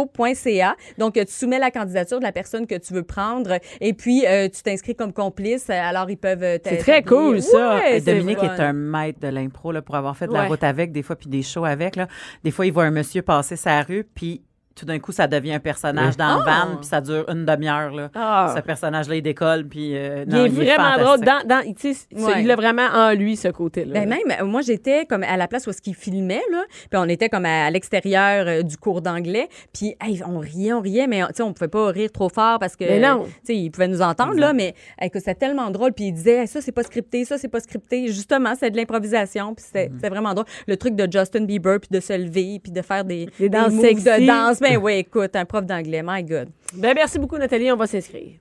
novo.ca. Donc, euh, tu soumets la candidature de la personne que tu veux prendre et puis euh, tu t'inscris comme complice. Euh, Alors, ils peuvent. euh, t'a-
C'est très
t'appuyer.
cool, ça. Euh,
Ouais, c'est
Euh, Dominique
fun.
est un maître de l'impro là, pour avoir fait de
Ouais.
la route avec, des fois, puis des shows avec. Là. Des fois, il voit un monsieur passer sa rue, puis tout d'un coup, ça devient un personnage dans le van, puis ça dure une demi-heure. là.
Ah.
Ce personnage-là, il décolle, puis euh,
Il
non,
est vraiment drôle.
fantastique.
Dans, dans, tu sais, c'est-
Ouais.
Il a vraiment en lui, ce côté-là.
Ben même, euh, moi, j'étais comme à la place où ce qu'ils filmaient, là. Puis on était comme à, à l'extérieur euh, du cours d'anglais. Puis, hey, on riait, on riait, mais tu sais, on pouvait pas rire trop fort parce que.
Mais non.
Tu sais, ils pouvaient nous entendre, là. Mais, hey, écoute, c'était tellement drôle. Puis ils disaient, Hey, ça, c'est pas scripté, ça, c'est pas scripté. Justement, c'est de l'improvisation. Puis c'était
Mhm.
c'était vraiment drôle. Le truc de Justin Bieber, puis de se lever, puis de faire des.
Des danses
moves
sexy.
de danse. Ben oui, écoute, un prof d'anglais, my God.
Ben, merci beaucoup, Nathalie. On va s'inscrire.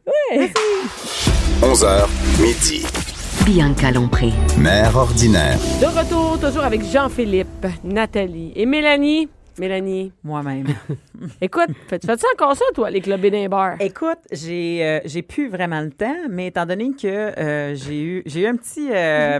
11h, midi.
Bianca Lompré.
Mère ordinaire.
De retour, toujours avec Jean-Philippe, Nathalie et Mélanie. Mélanie,
Moi-même.
écoute, fais- tu fais-tu encore ça, toi, les clubs et les bars?
Écoute, j'ai euh, j'ai plus vraiment le temps, mais étant donné que euh, j'ai eu j'ai eu un petit euh,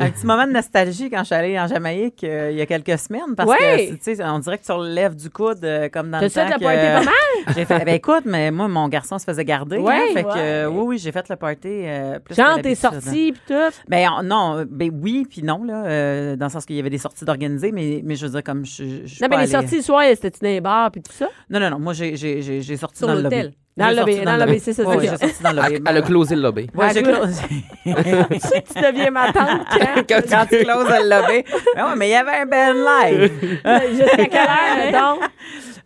un petit moment de nostalgie quand je suis allée en Jamaïque euh, il y a quelques semaines parce
Ouais.
que tu sais on dirait que tu relèves du coude euh, comme dans le
T'as-tu
temps.
fait le
que-
party pas mal?
J'ai fait- ben écoute, mais moi mon garçon se faisait garder, là,
Ouais.
fait que euh,
Ouais.
oui oui, j'ai fait le party euh, plus que
Genre, t'es
d'habitude.
sorti, pis tout.
Ben on- non, ben oui puis non là, euh, dans le sens qu'il y avait des sorties d'organiser, mais mais je veux dire comme je, je, je suis
Non,
pas
mais les
allée-
sorties le soir, c'était-tu dans les bars, puis tout ça?
Non non non, moi j'ai j'ai j'ai j'ai sorti
Sur
dans le
l'hôtel.
lobby.
Dans le
J'ai sorti
lobby, dans le lobby, c'est ça,
Ouais,
c'est
j'ai
ça.
sorti dans le lobby.
Elle elle a closé le lobby.
Ouais,
À
j'ai
clo-
closé.
tu sais que tu deviens ma tante hein? quand?
Quand tu closes le lobby. Ben ouais, mais il y avait un band live.
Jusqu'à quelle heure, donc?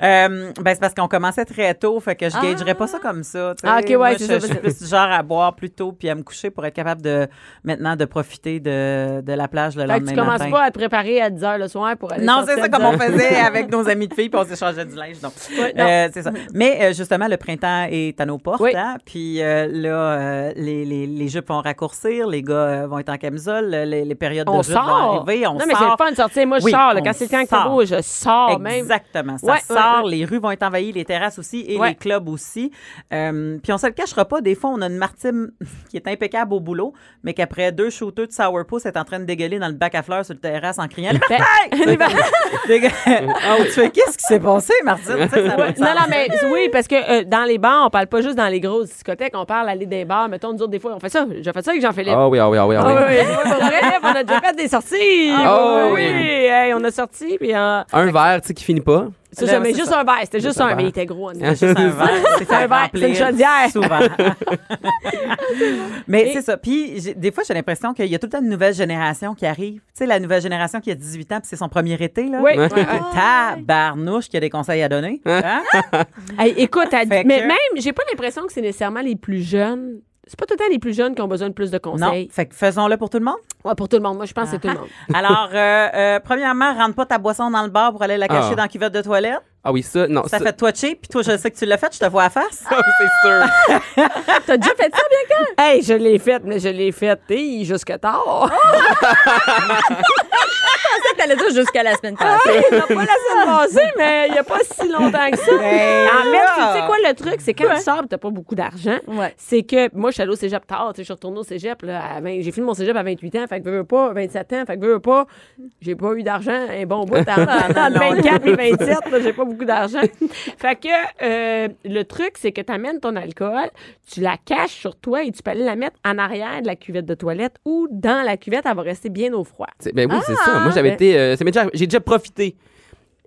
Euh, ben, c'est parce qu'on commençait très tôt, fait que je gagerais pas ça comme ça. tu sais.
Ah, ok, ouais,
Moi,
c'est
je,
ça,
je
parce
suis
que-
plus du genre à boire plus tôt puis à me coucher pour être capable de, maintenant, de profiter de, de la plage le
Fait que
lendemain
tu commences
matin.
pas à te préparer à 10 h le soir pour aller
Non, c'est
sortir
ça
à 10
comme on
heures.
faisait avec nos amis de filles, puis on s'échangeait du linge. Donc, Euh, c'est ça. Mais euh, justement, le printemps est à nos portes.
Oui.
hein, puis euh, là, euh, les, les, les jupes vont raccourcir, les gars euh, vont être en camisole, les, les périodes
On
de jupes vont
sort.
arriver. On
non, mais c'est
sort.
le fun de sortir. Moi, je
Oui,
sors. là.
on
Quand c'est le temps que c'est
sort.
beau, je sors même.
Exactement. Ça
Ouais, ouais,
sort,
ouais.
les rues vont être envahies, les terrasses aussi et
Ouais.
les clubs aussi. Euh, puis on se le cachera pas, des fois, on a une Martine qui est impeccable au boulot, mais qu'après deux shooters de sourpuss est en train de dégueuler dans le bac à fleurs sur le terrasse en criant
Ben,
Les batailles! Des gars- Tu fais qu'est-ce qui s'est passé, Martine? Tu sais, ça va-
Non,
ça-
non, mais oui, parce que euh, dans les bars, on parle pas juste dans les grosses discothèques, on parle aller des bars. Mettons, nous autres, des fois, on fait ça. J'ai fait ça avec Jean-Philippe.
Ah oui, ah oui, ah oui, ah oui.
oui, oui, pour vrai, on a déjà fait des sorties.
Ah oui.
Hey, on a sorti, puis euh,
Un verre, tu sais, qui finit pas.
ça,
Là,
ça, mais
c'est
juste
ça.
un verre, c'était juste
un
un, mais
verre.
il était gros. hein.
C'est juste un verre. C'est
un verre, c'est une chaudière. Ah,
Souvent. Mais c'est ça. Puis j'ai- des fois, j'ai l'impression qu'il y a tout le temps une nouvelle génération qui arrive. Tu sais, la nouvelle génération qui a 18 ans, puis c'est son premier été. Là.
Oui.
Ouais.
Tabarnouche qui a des conseils à donner. Hein?
Hey, écoute, elle-
Fait que-
mais même, j'ai pas l'impression que c'est nécessairement les plus jeunes. C'est pas tout le temps les plus jeunes qui ont besoin de plus de
non.
conseils.
Fait que faisons-le pour tout le monde.
Ouais, pour tout le monde. Moi, je pense que c'est
Ah.
tout le monde.
Alors, euh, euh, premièrement, rentre pas ta boisson dans le bar pour aller la cacher
Ah.
dans la cuvette de toilette.
Ah oui, ça, non.
Ça fait toi cheap, puis toi, je sais que tu l'as fait, je te vois à la face.
Ah oui, c'est sûr.
T'as déjà fait ça, bien
Hey, je l'ai faite, mais je l'ai faite, hey, jusque tard.
pensais que t'allais dire jusqu'à la semaine
Ah,
passée.
il m'a pas la semaine passée, mais il n'y a pas si longtemps que ça.
Hey,
en fait, tu
là.
sais quoi le truc? C'est quand tu sors, t'as pas beaucoup d'argent.
Ouais.
C'est que moi, je suis allée au cégep tard. tu sais, Je suis retournée au cégep. là, à 20 J'ai fini mon cégep à 28 ans. Fait que veux, veux pas, 27 ans. Fait que veux, veux pas, j'ai pas eu d'argent. Un bon bout. Entre entre 24 et 27, là, j'ai pas beaucoup d'argent. Fait que euh, le truc, c'est que tu amènes ton alcool, tu la caches sur toi et tu peux aller la mettre en arrière de la cuvette de toilette ou dans la cuvette. Elle va rester bien au froid.
C'est- Ben oui, c'est ça. Moi, j'avais
Ben-
été. euh, ça m'est déjà- j'ai déjà profité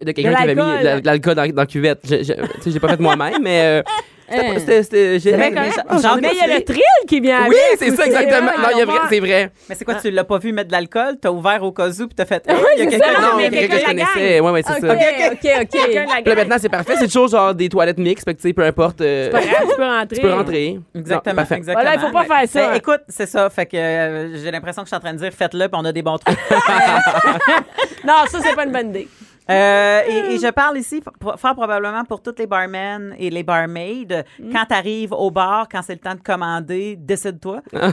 de quelqu'un
De
qui avait mis
l'alcool.
de la- de l'alcool dans, dans la cuvette. Je- je- tu sais, j'ai pas fait moi-même, mais. euh, c'était pas- c'était- c'était- j'ai-
Mais
Mais
quand
mais-
même,
j'en ai
j'en
j'en mais il y a
profité.
le thrill qui vient
Oui,
avec.
c'est ça,
aussi. Ah,
exactement.
Ouais,
Non, il y a
on
vrai-
va-
c'est vrai.
Mais c'est quoi, tu l'as pas vu mettre de l'alcool? T'as ouvert au cas où, puis t'as fait. Hey, il y a
c'est
quelqu'un
ça,
qui
Non,
a
mais
mis
mais quelqu'un que je
quelqu'un de la
connaissais. Ouais, ouais, c'est ça. Puis
OK, OK, OK.
Quelqu'un de la
là,
gang.
maintenant, c'est parfait. C'est toujours genre des toilettes mixtes. fait que, tu sais, peu importe. euh,
Pas grave, hein, tu peux rentrer.
tu peux rentrer.
Exactement.
Non, parfait.
exactement.
Voilà, il faut pas faire ça.
Ben, écoute, c'est ça. Fait que euh, j'ai l'impression que je suis en train de dire faites-le, puis on a des bons trucs.
Non, ça, c'est pas une bonne idée.
Euh, et,
Hmm.
et je parle ici pour- fort probablement pour toutes les barmen et les barmaids.
Hmm.
Quand t'arrives au bar, quand c'est le temps de commander, décide-toi.
Ah.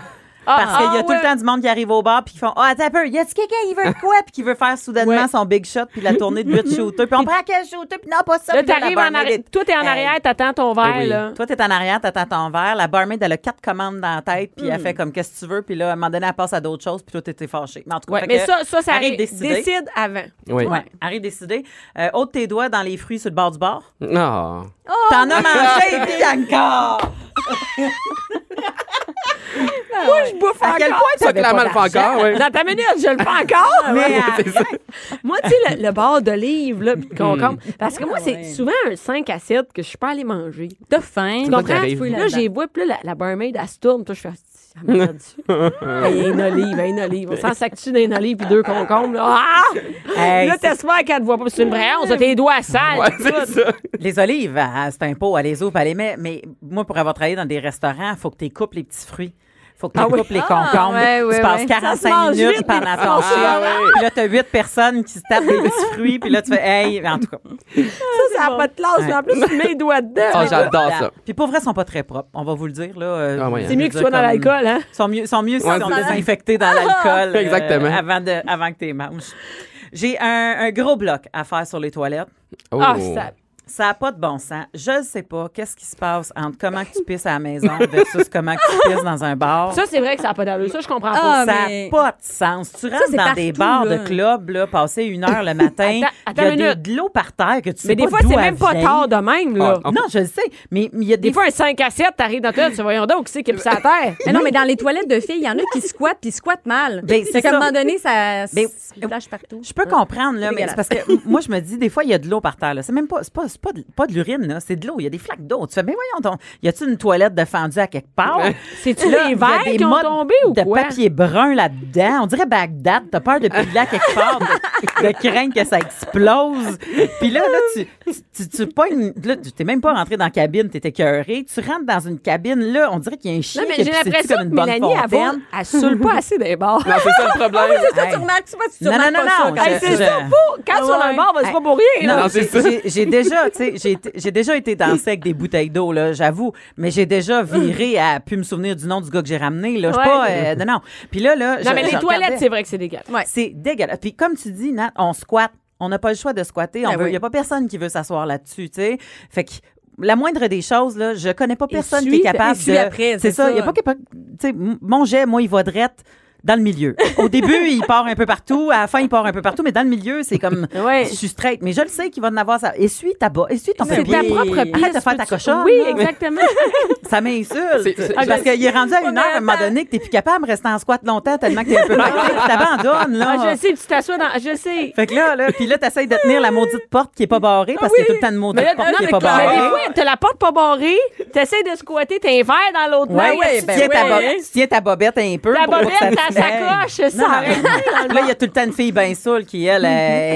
Parce qu'il y a tout le temps du monde qui arrive au bar puis qui font Ah, attends un peu, y a-tu quelqu'un qui veut quoi puis qui veut faire soudainement
Ouais.
son big shot puis la tournée de 8 shooters puis on prend quel shooter puis non, pas ça.
Là,
puis la
t'arrives en
barmaid
arrière.
est-
Toi, t'es en
Hey.
arrière, t'attends ton verre, là.
Toi, t'es en arrière, t'attends ton verre. La barmaid, elle a quatre commandes dans la tête, puis
Hmm.
elle fait comme qu'est-ce que tu veux, puis là, à un moment donné, elle passe à d'autres choses, puis toi, t'étais fâché. Mais en tout cas,
Ouais,
fait
mais
que-
ça, ça, ça
arrive
arrive.
décidé.
Décide avant.
Oui.
Ouais, arrive décidé. Euh, ôte tes doigts dans les fruits sur le bord du bord.
Non.
Oh,
T'en as mangé, Bianca!
Je bouffe
À quel point tu as clairement le fait encore, oui.
Dans ta minute, je le fais encore.
Mais, euh,
moi, tu sais, le, le bord d'olive, là, puis de
Hmm.
concombre. Parce que moi,
Ouais.
c'est souvent un 5 à 7 que je suis pas allée manger.
T'as faim.
Tu
ça
comprends?
qui arrive.
Puis Là, j'ai vu, puis là, la, la barmaid, elle se tourne. Puis je fais, Ah, elle m'a perdu. Elle est une olive, elle est une olive. On s'en sac-tu d'une olive puis deux concombres, là? Ah!
Hey,
là,
c'est-
t'espères qu'elle te voit pas. C'est une vraie honte, ça, tes doigts sales.
Ouais,
puis
c'est
tout.
ça.
Les olives, ah, c'est un pot, elle les ouvre, elle les met. Mais moi, pour avoir travaillé dans des restaurants, il faut que tu coupes les petits fruits. faut
Ah
que tu coupes les concombres.
ouais, ouais,
tu passes
ouais.
45
mange
minutes
vite,
pendant
les petits
ton
morceaux.
chien. Puis là, tu as 8 personnes qui se tapent des petits fruits. Puis là, tu fais, hey, en tout cas.
Ça, ça n'a pas de classe. mais En plus, tu mets les doigts dedans.
Ah, j'adore ça.
Puis pour vrai, ils sont pas très propres. On va vous le dire. là. euh,
Ah ouais, hein.
je
C'est
veux
mieux que tu
dire,
sois dans
comme-
l'alcool, hein?
Sont mieux, sont mieux si
Ouais,
sont
c'est- Ah!
désinfectés dans l'alcool. euh,
Exactement.
avant, de, avant que tu les manges. J'ai un, un gros bloc à faire sur les toilettes.
Oh.
Ah, ça.
Ça n'a pas de bon sens. Je ne sais pas qu'est-ce qui se passe entre comment que tu pisses à la maison versus comment que tu pisses dans un bar.
Ça, c'est vrai que ça n'a pas d'allure. Ça, je comprends
Ah,
pas.
ça n'a
mais-
pas de sens. Tu rentres
c'est
dans des
partout,
bars
là.
de club, là, passer une heure le matin,
Attends- attends
il y a
une
des-
minute.
de l'eau par terre que tu sais
Mais des
pas
fois,
d'où
c'est
elle
même pas
vient.
tard de même, là.
Ah,
Non, je le sais, mais mais il y a des,
Des fois, un 5 à 7, t'arrives dans toi, tu voyons donc, qui c'est qui pisse à terre?
Mais non, mais dans les toilettes de filles, il y en a qui squattent puis ils squattent mal.
Ben, c'est
c'est qu'à un
ça.
moment donné, ça
Ben,
se plage partout.
Je peux comprendre, là, mais c'est parce
dégueulasse.
que m- moi, je me dis, des fois, il y a de l'eau par terre. là. C'est même pas, c'est pas, c'est pas de, pas de l'urine, là, c'est de l'eau. Il y a des flaques d'eau. Tu fais, mais voyons, donc, y a-tu une toilette de fendue à quelque part?
C'est-tu
Là,
les
il y a
verres
des
qui ont
modes
tombé ou
de
quoi?
papier brun là-dedans. On dirait Bagdad. T'as peur de piler à quelque part, de, de craindre que ça explose. Puis là, là, tu, tu, tu, tu pognes- là, tu- t'es même pas rentré dans la cabine, t'es écœuré. Tu rentres dans une cabine, là, on dirait qu'il y a un chien
Non, mais
qui a
j'ai
pissé dessus
l'impression que
comme une bonne
Mélanie, elle va-
fontaine.
elle saoule pas assez des bars.
Non, c'est ça le problème.
Ça,
Hey.
tu remarques, tu vois, tu
Non, non,
remarques
non,
pas
non,
ça.
je-
Hey, c'est
je-
ça, faux! Quand sur un bar, ben, c'est pas pour rien, là.
Non,
Non,
j'ai-
c'est ça.
j'ai- j'ai déjà, tu sais, j'ai été- j'ai déjà été danser avec des bouteilles d'eau, là, j'avoue, mais j'ai déjà viré à plus me souvenir du nom du gars que j'ai ramené, là, je sais
Ouais.
pas, euh, non, non. Puis là, là,
Non, mais les toilettes, c'est vrai que c'est dégueulasse.
c'est dégueulasse. Puis comme tu dis, Nat, on squatte, on n'a pas le choix de squatter, il
Ben
veut,
oui.
y a pas personne qui veut s'asseoir là-dessus, tu sais, fait que la moindre des choses, là, je connais pas personne
suis-
qui est capable
et suis
de.
après,
c'est
c'est
ça.
ça.
Il y a pas capable. Tu sais, m- mon jet, moi, il va drette dans le milieu. Au début, il part un peu partout. À la fin, il part un peu partout. Mais dans le milieu, c'est comme.
Ouais.
Je suis straight. Mais je le sais qu'il va en avoir ça. Essuie ta bas. Essuie ton
C'est
papier.
ta propre
Arrête
pièce.
de faire Ah, ta
tu-
cochonne.
Oui,
là.
exactement.
Ça m'insulte.
C'est- c'est-
Parce qu'il est rendu à une heure, à un moment
attends.
donné, que t'es plus capable de rester en squat longtemps tellement que t'es un peu maquée. Tu T'abandonnes, là.
Ah, je sais, tu t'assois dans. Je sais.
Fait que là, là, puis là, t'essayes de tenir la maudite porte qui est pas barrée parce qu'il y a tout le temps une maudite
Ah Mais là,
porte
non,
qui est
mais
pas
clair,
barrée.
Ben, des fois, t'as la porte pas barrée, t'essayes de squatter, t'as un verre dans l'autre
Ouais,
main.
ouais,
tu hein.
ben
tiens ta
ouais.
bo-
Tu tiens ta bobette un peu.
Ta
pour pas que
bobette,
ça
ta sacoche,
Hey.
ça aurait été dans le
Là, il y a tout le temps une fille bien saoule qui,
Mm-hmm.
elle,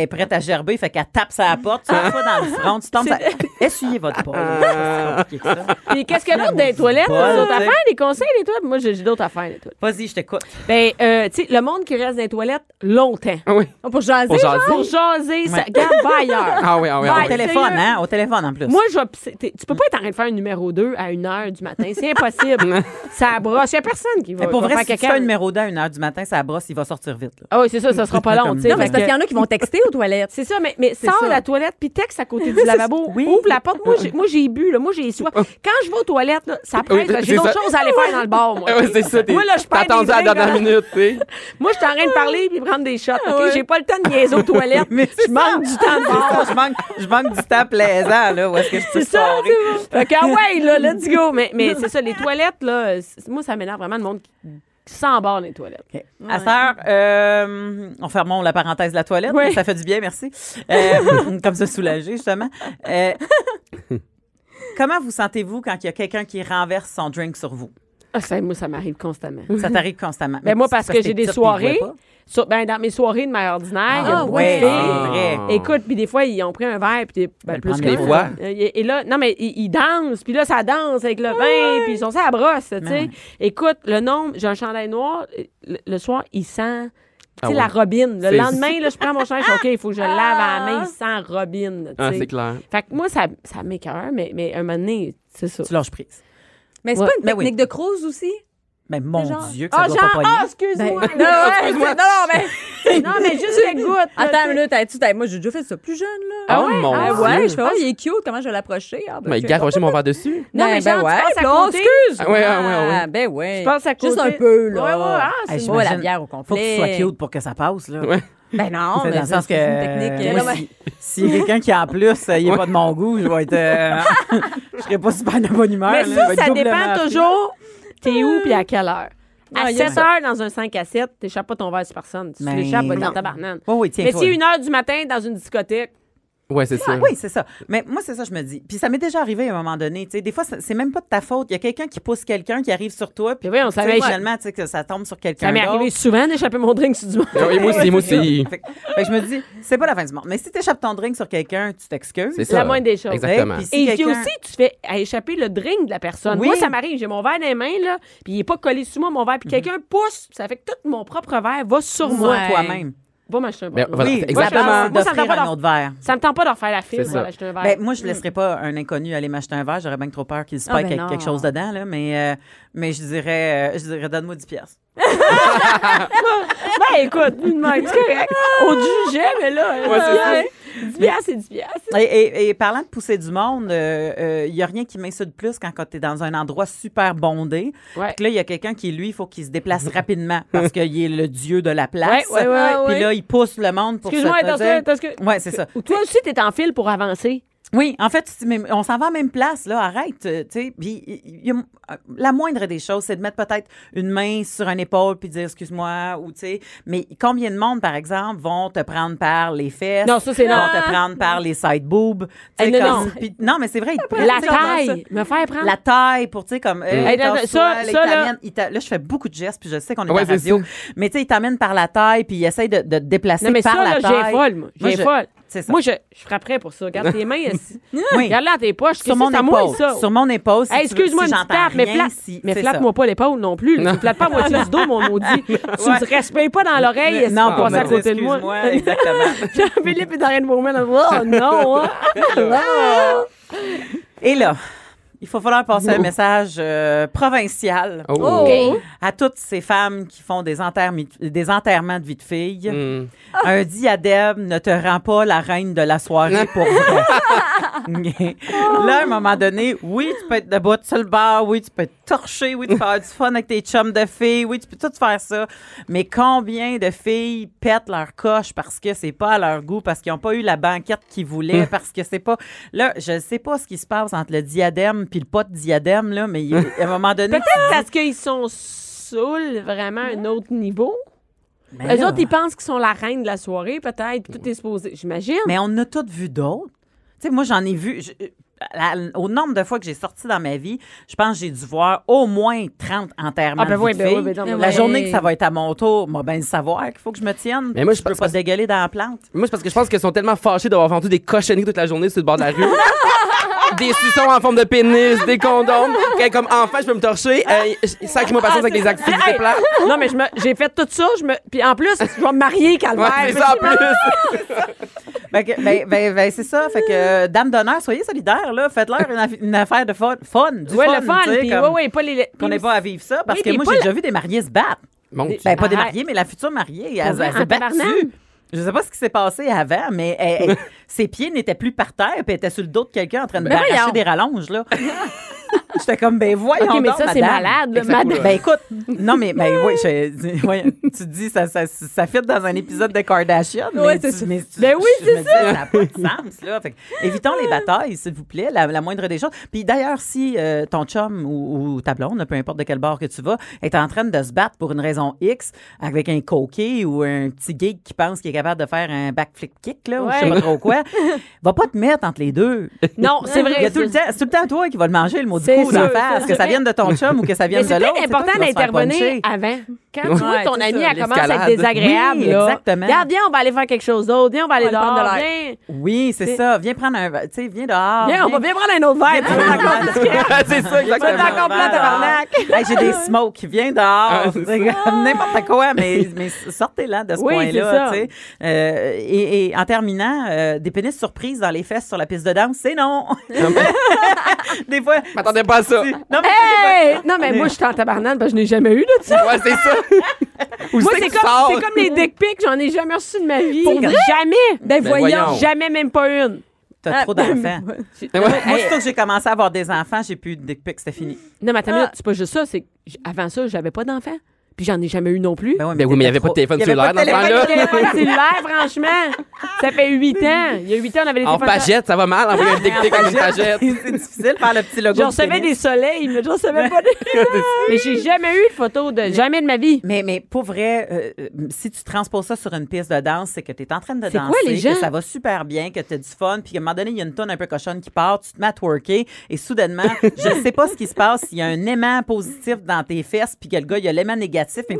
est prête à gerber, fait qu'elle tape sa porte, tu vas dans le front, tu tombes. ça- Essuyez votre bol.
Ah.
C'est compliqué que ça.
Puis qu'est-ce qu'il y a d'autre dans les toilettes? D'autres affaires, des conseils des toilettes? Moi, j'ai j'ai d'autres affaires des toilettes.
Vas-y, je t'écoute.
Ben, euh, tu sais, le monde qui reste dans les toilettes longtemps.
Ah oui.
Pour jaser,
Pour
genre.
jaser.
Pour jaser, ça garde va ailleurs.
Ah oui, ah oui, ah
Au
oui.
Ouais.
téléphone,
sérieux?
hein? Au téléphone, en plus.
Moi, je vais pisser. T'es- Tu peux pas être en train de faire un numéro 2 à 1 h du matin. C'est impossible. ça brosse. Il y a personne qui va,
Mais pour
va
vrai,
faire
si tu
caca.
fais un numéro 2 à 1h heure du matin, ça brosse, il va sortir vite. là.
Ah oui, c'est ça, ça sera pas long. tu sais,
Non, mais
fait
c'est parce
que-
qu'il y en a qui vont texter aux toilettes.
C'est ça, mais, mais
C'est
sors
ça.
la toilette puis texte à côté du lavabo.
Oui.
Ouvre la porte. Moi, j'ai- Moi, j'ai bu, là. Moi, j'ai soif. Quand je vais aux toilettes, là, ça
Oui,
presse. là.
c'est
J'ai d'autres
ça.
choses à aller faire dans le bar, moi.
Ah ouais, c'est ça. t'es-
Moi, là, je perds
t'as
des
attendu à la
drinks, là.
dernière minute, tu sais.
Moi, je suis en train de parler puis prendre des shots. OK?
Ouais.
J'ai pas le temps de niaiser aux toilettes.
Mais
je manque du temps de
Ah,
bar.
je, manque, je manque du temps plaisant, là, où est-ce que je peux
C'est ça,
soirée.
c'est bon. Fait que, ah ouais, là, let's go. Mais, mais c'est ça, les toilettes, là, c'est- moi, ça m'énerve vraiment le monde qui qui s'embarre les toilettes.
À cette heure, euh, on ferme la parenthèse de la toilette.
Oui.
mais Ça fait du bien, merci. Euh, comme ça, soulager, justement. Euh, comment vous sentez-vous quand il y a quelqu'un qui renverse son drink sur vous?
Ah, ça, moi, ça m'arrive constamment.
Ça t'arrive constamment.
Ben, moi, parce
c'est
que
t'es
j'ai des
petite, puis ils voient
soirées.
pas.
Sur- ben, dans mes soirées de mère ordinaire, il y a
Ah,
beaucoup
ouais,
de filles.
c'est vrai.
Écoute, puis des fois, ils ont pris un verre, puis des- ben,
Ben,
plus
prendre
que
des
ça.
fois.
Euh, Et et là, non, mais ils, ils dansent, puis là, ça danse avec le vin, puis ils sont ça à brosse, tu sais.
Ben ouais.
Écoute, le nombre, j'ai un chandail noir, le, le soir, il sent, tu sais,
Ah ouais.
la robine. Le
C'est-
lendemain, là, je prends mon chandail, je dis, OK, il faut que je le lave à la main, il sent robine, tu
Ah,
sais.
c'est clair.
fait que moi, ça, ça m'écoeure, mais, mais un moment donné, c'est ça.
Tu lâches prise.
Mais c'est
Ouais.
pas une
Ben oui.
technique de Cruz aussi?
Mais mon
Genre-
Dieu, que ça
Ah,
doit
genre,
pas
ah,
pogner.
excuse-moi.
Ben- Non, ouais, non, non, mais.
non, mais juste les gouttes. là,
Attends
tu
une
sais.
minute, t'as-tu- t'as- moi j'ai déjà fait ça plus jeune, là.
Ah ouais? Mon
ah,
Dieu.
ouais, je fais, oh, il est cute, comment je vais l'approcher? Ah, ben,
Mais
tu-
garocher mon verre dessus.
Non, mais
ben,
genre, tu
ouais,
passes à
là,
côté.
excuse.
Ah, ouais, ah, ouais, ouais.
Ah, Ben ouais.
Je passe à côté.
Juste un peu, là.
Ouais, ouais, ah,
Hey,
c'est
Pas la
j'imagine-
bière au
Faut que
complet.
tu sois cute pour que ça passe, là.
Ouais.
Ben
Oh,
non,
C'est
mais
dans le
ça,
sens
c'est
que.
une technique.
hein.
moi, si- S'il y a quelqu'un qui, en plus, euh, il n'est pas de mon goût, je vais être. euh, je serais pas super de bonne humeur.
Mais
là.
ça,
Je vais être
ça
doublement
dépend
affligée.
toujours. T'es où puis à quelle heure?
Ah,
À
il y a
7 heures dans un 5 à 7, t'échappes pas ton verre sur personne. Tu
Mais
l'échappes
Ben non.
dans ta barnane.
Oui, oui, tiens.
Mais si une heure du matin dans une discothèque,
Ouais, c'est ça.
Oui, c'est ça. Mais moi, c'est ça, je me dis. Puis ça m'est déjà arrivé à un moment donné. Tu sais, des fois, c'est c'est même pas de ta faute. Il y a quelqu'un qui pousse quelqu'un qui arrive sur toi. Puis
Puis oui, on
tu sais,
savait-
finalement, tu sais, que ça tombe sur quelqu'un.
ça m'est
d'autre.
arrivé souvent d'échapper mon drink sur du monde.
Ah oui, moi aussi, moi aussi.
Fait, que- fait que je me dis, c'est pas la fin du monde. Mais si tu échappes ton drink sur quelqu'un, tu t'excuses.
C'est ça.
moindre des choses.
Exactement.
Hey, puis si
Et puis
quelqu'un-
aussi, tu fais à échapper le drink de la personne.
Oui.
Moi, ça m'arrive. J'ai mon verre dans les mains, là, puis il est pas collé sur moi, mon verre.
Mhm.
Puis quelqu'un pousse, ça fait que tout mon propre verre va sur moi.
Moi, toi-même.
Va m'acheter un
Mais
verre.
voilà,
Oui,
c'est exactement.
exactement.
Moi, ça me
D'offrir
tente pas
un
d'en-
autre verre.
Ça me tente pas de refaire la file
C'est
pour
ça.
aller acheter un verre.
Ben, moi, je ne laisserais pas un inconnu aller m'acheter un verre. J'aurais bien trop peur qu'il se
Ah,
passe
ben
quelque,
non.
quelque chose dedans. Là, mais, euh, mais je dirais, euh, je dirais donne-moi 10 piastres.
Ben écoute, lui demande, c'est correct. On jugeait, mais là,
Ouais, c'est ça.
euh, 10 piastres, c'est 10 piastres.
Et, et- et parlant de pousser du monde, il n'y a rien qui m'insulte plus quand, tu es dans un endroit super bondé.
Ouais.
Puis que là, il y a quelqu'un qui, lui, il faut qu'il se déplace rapidement parce qu'il est le dieu de la place.
Ouais, ouais, ouais,
Puis
ouais.
là, il pousse le monde pour
Excuse-moi,
se
attends,
dire-
attends, excuse-
Ouais, c'est ça.
Ou toi aussi, t'es en file pour avancer.
Oui, en fait, c'est- mais on s'en va à la même place, là, arrête, euh, tu sais. Puis il y a- euh, la moindre des choses, c'est de mettre peut-être une main sur un épaule puis dire excuse-moi ou tu sais. Mais combien de monde, par exemple, vont te prendre par les fesses
Non, ça, c'est
Vont
non.
te prendre par les side boobs. tu sais,
Eh, non,
comme-
non.
puis- non, mais c'est vrai. ils te prennent,
La
tu sais, comme
taille, me faire prendre.
ça. La taille pour, tu sais, comme. euh,
Eh, non,
tasse-toi,
ça,
là, ils
ça, là-
t'amènent- ils t'a- là, je fais beaucoup de gestes, puis je sais qu'on est
Ouais,
à
c'est
radio.
ça.
Mais tu sais, ils t'amènent par la taille, puis ils essayent de, de te déplacer
Non, mais
par
ça,
la
là,
taille.
j'ai folle, moi.
Moi,
J'ai
je-
folle.
C'est ça.
Moi, je, je frapperais pour ça. Regarde tes mains ici.
Oui.
Regarde-la à tes poches.
sur
Qu'est-ce
mon
que c'est à moi,
épaule.
ça?
Sur mon épaule. Si
Hey,
tu veux-
excuse-moi
si
une
j'entends
petite tape, mais,
rien,
flatte,
si-
mais
c'est
flatte-moi pas l'épaule non plus. là. Tu me flattes pas à moitié du dos, mon maudit. Tu me respectes pas dans
ça.
l'oreille.
Non,
pour
pour
passer à côté de moi.
moi. Exactement.
Philippe est dans Red Woman. Oh non! hein. Ah.
Et là, il faut falloir passer un message euh, provincial
Oh.
Oh.
à toutes ces femmes qui font des, enterremi- des enterrements de vie de fille.
Hmm.
Un diadème ne te rend pas la reine de la soirée pour vrai. Là, à un moment donné, oui, tu peux être debout sur le bar, oui, tu peux te torcher, oui, tu peux avoir du fun avec tes chums de filles, oui, tu peux tout faire ça. Mais combien de filles pètent leur coche parce que c'est pas à leur goût, parce qu'ils n'ont pas eu la banquette qu'ils voulaient, parce que c'est pas. Là, je sais pas ce qui se passe entre le diadème puis le pas de diadème, là, mais il- à un moment donné.
Peut-être parce qu'ils sont saouls, vraiment, à un autre niveau.
Mais
Eux
là-
autres, ils pensent qu'ils sont la reine de la soirée, peut-être, puis tout est supposé. J'imagine.
Mais on a toutes vu d'autres. Tu sais, moi, j'en ai vu. je- euh, à la- au nombre de fois que j'ai sorti dans ma vie, je pense que j'ai dû voir au moins 30 enterrements
Ah, ben
de
oui,
vie de
ben oui,
filles.
ben non, ben
La
oui.
journée que ça va être à mon tour, moi, ben le savoir qu'il faut que je me tienne.
Mais moi,
je
je
peux
pense-
pas dégueuler dans la plante.
Moi, c'est parce que je pense qu'ils sont tellement fâchés d'avoir vendu des cochonneries toute la journée sur le bord de la rue. des suçons en forme de pénis, des condoms. Quand, comme enfant, je peux me torcher. Euh, je- Sac-moi patience avec des activités plates.
non, mais je me- j'ai fait tout ça. Je me... Puis en plus, je vais me marier, Calvaire.
Ouais, c'est ça en plus.
Ben, que- ben, ben, ben, c'est ça. Fait que, euh, dame d'honneur, soyez solidaires, là. Faites-leur une, affi- une affaire de fun. fun du
Ouais,
fun,
le fun.
tu sais,
Puis,
comme-
ouais, ouais, pas les.
Qu'on n'est pas à vivre ça. Parce
Oui,
que
puis
moi,
pas
j'ai
la-
déjà vu des mariés se battre.
Mon Dieu.
Ben, pas des
Arrête.
mariés, mais la future mariée,
Pour
elle,
vrai,
elle
en
s'est
tabarnak.
battue. Je sais pas ce qui s'est passé avant, mais elle- elle- ses pieds n'étaient plus par terre, puis elle était sur le dos de quelqu'un en train de
Ben
m'arracher
voyons.
des rallonges, là. J'étais comme, ben voyons
OK, mais
donc,
ça, c'est
madame.
malade, là,
Exactement.
madame.
Ben écoute, non, mais ben, oui, je- ouais, tu dis, ça, ça, ça fit dans un épisode de Kardashian, mais,
Ouais,
tu-
c'est ça.
mais tu-
Ben oui,
je
c'est
me disais, ça n'a pas de sens, là. Fait que, évitons les batailles, s'il vous plaît, la, la moindre des choses. Puis d'ailleurs, si euh, ton chum ou, ou ta blonde, peu importe de quel bord que tu vas, est en train de se battre pour une raison X avec un coquet ou un petit geek qui pense qu'il est capable de faire un backflip kick, là, ou je sais
Ouais.
pas trop quoi, va pas te mettre entre les deux.
Non, c'est vrai.
Il y a tout le temps, c'est tout le temps toi qui va le manger, le mot du
C'est
coup, d'en
sûr, c'est
face, que ça
vrai.
vienne de ton chum ou que ça
Mais
vienne de
c'est
l'autre.
peut-être
c'est toi
important
qui vas te faire
d'intervenir
puncher.
avant. Quand tu vois
Ouais,
ton
c'est
ami,
ça,
elle commence à
l'escalade.
être désagréable.
Oui,
là.
exactement.
Regarde, viens, on va aller faire quelque chose d'autre. Viens, on va aller
On va prendre
dehors.
de
Viens,
Oui, c'est
C'est-
ça. Viens prendre un. Tu sais, viens dehors.
Viens, on va bien prendre un autre verre. tu vas encore plus que-
c'est ça,
Pas
exactement.
encore plein, tabarnak.
Hey, J'ai des smokes. Viens
Ah,
dehors.
c'est
C'est comme N'importe quoi, mais, mais sortez-la de ce
Oui,
point-là.
c'est ça.
tu sais. Euh, et, et en terminant, euh, des pénis surprises dans les fesses sur la piste de danse, c'est non. des fois.
Je m'attendais pas à ça.
tu- Non, mais
Hey! Non, mais moi, je suis en tabarnane parce que je n'ai jamais eu de ça.
Ouais, c'est ça. Où
Moi,
c'est
c'est
que tu
comme,
sors?
c'est comme les dick pics. J'en ai jamais reçu de ma vie.
Pour vrai?
Jamais.
Ben,
Ben
voyons.
voyons.
Jamais, même pas une.
t'as trop d'enfants.
Ouais.
Moi, surtout
ben,
que j'ai commencé à avoir des enfants, j'ai plus de dick pics, c'était fini.
Non, mais attends, une minute, c'est pas juste ça. C'est que j- avant ça, j'avais pas d'enfant. Puis j'en ai jamais eu non plus.
Ben oui, mais il n'y avait pas de
t'étais trop-
téléphone
il y
cellulaire
avait
dans
pas
ce
de
Pas de
temps-là.
téléphone cellulaire, franchement. Ça fait huit ans. Il y a huit ans, on avait les
En
téléphones cellulaires.
pagette, ça va mal, envoyer un déclic en pagette.
c'est difficile de faire le petit logo.
Je
du
recevais
pénis.
des soleils, mais je recevais pas des. mais j'ai jamais eu de photo de. Jamais de ma vie.
Mais, mais pour vrai, euh, euh, si tu transposes ça sur une piste de danse, c'est que tu es en train de danser,
quoi, les gens?
que ça va super bien, que tu as du fun, puis qu'à un moment donné, il y a une tonne un peu cochonne qui part, tu te mets à twerker, et soudainement, je ne sais pas ce qui se passe, il y a un aimant positif dans tes fesses, puis que le gars, il y a l'aimant négatif, et puis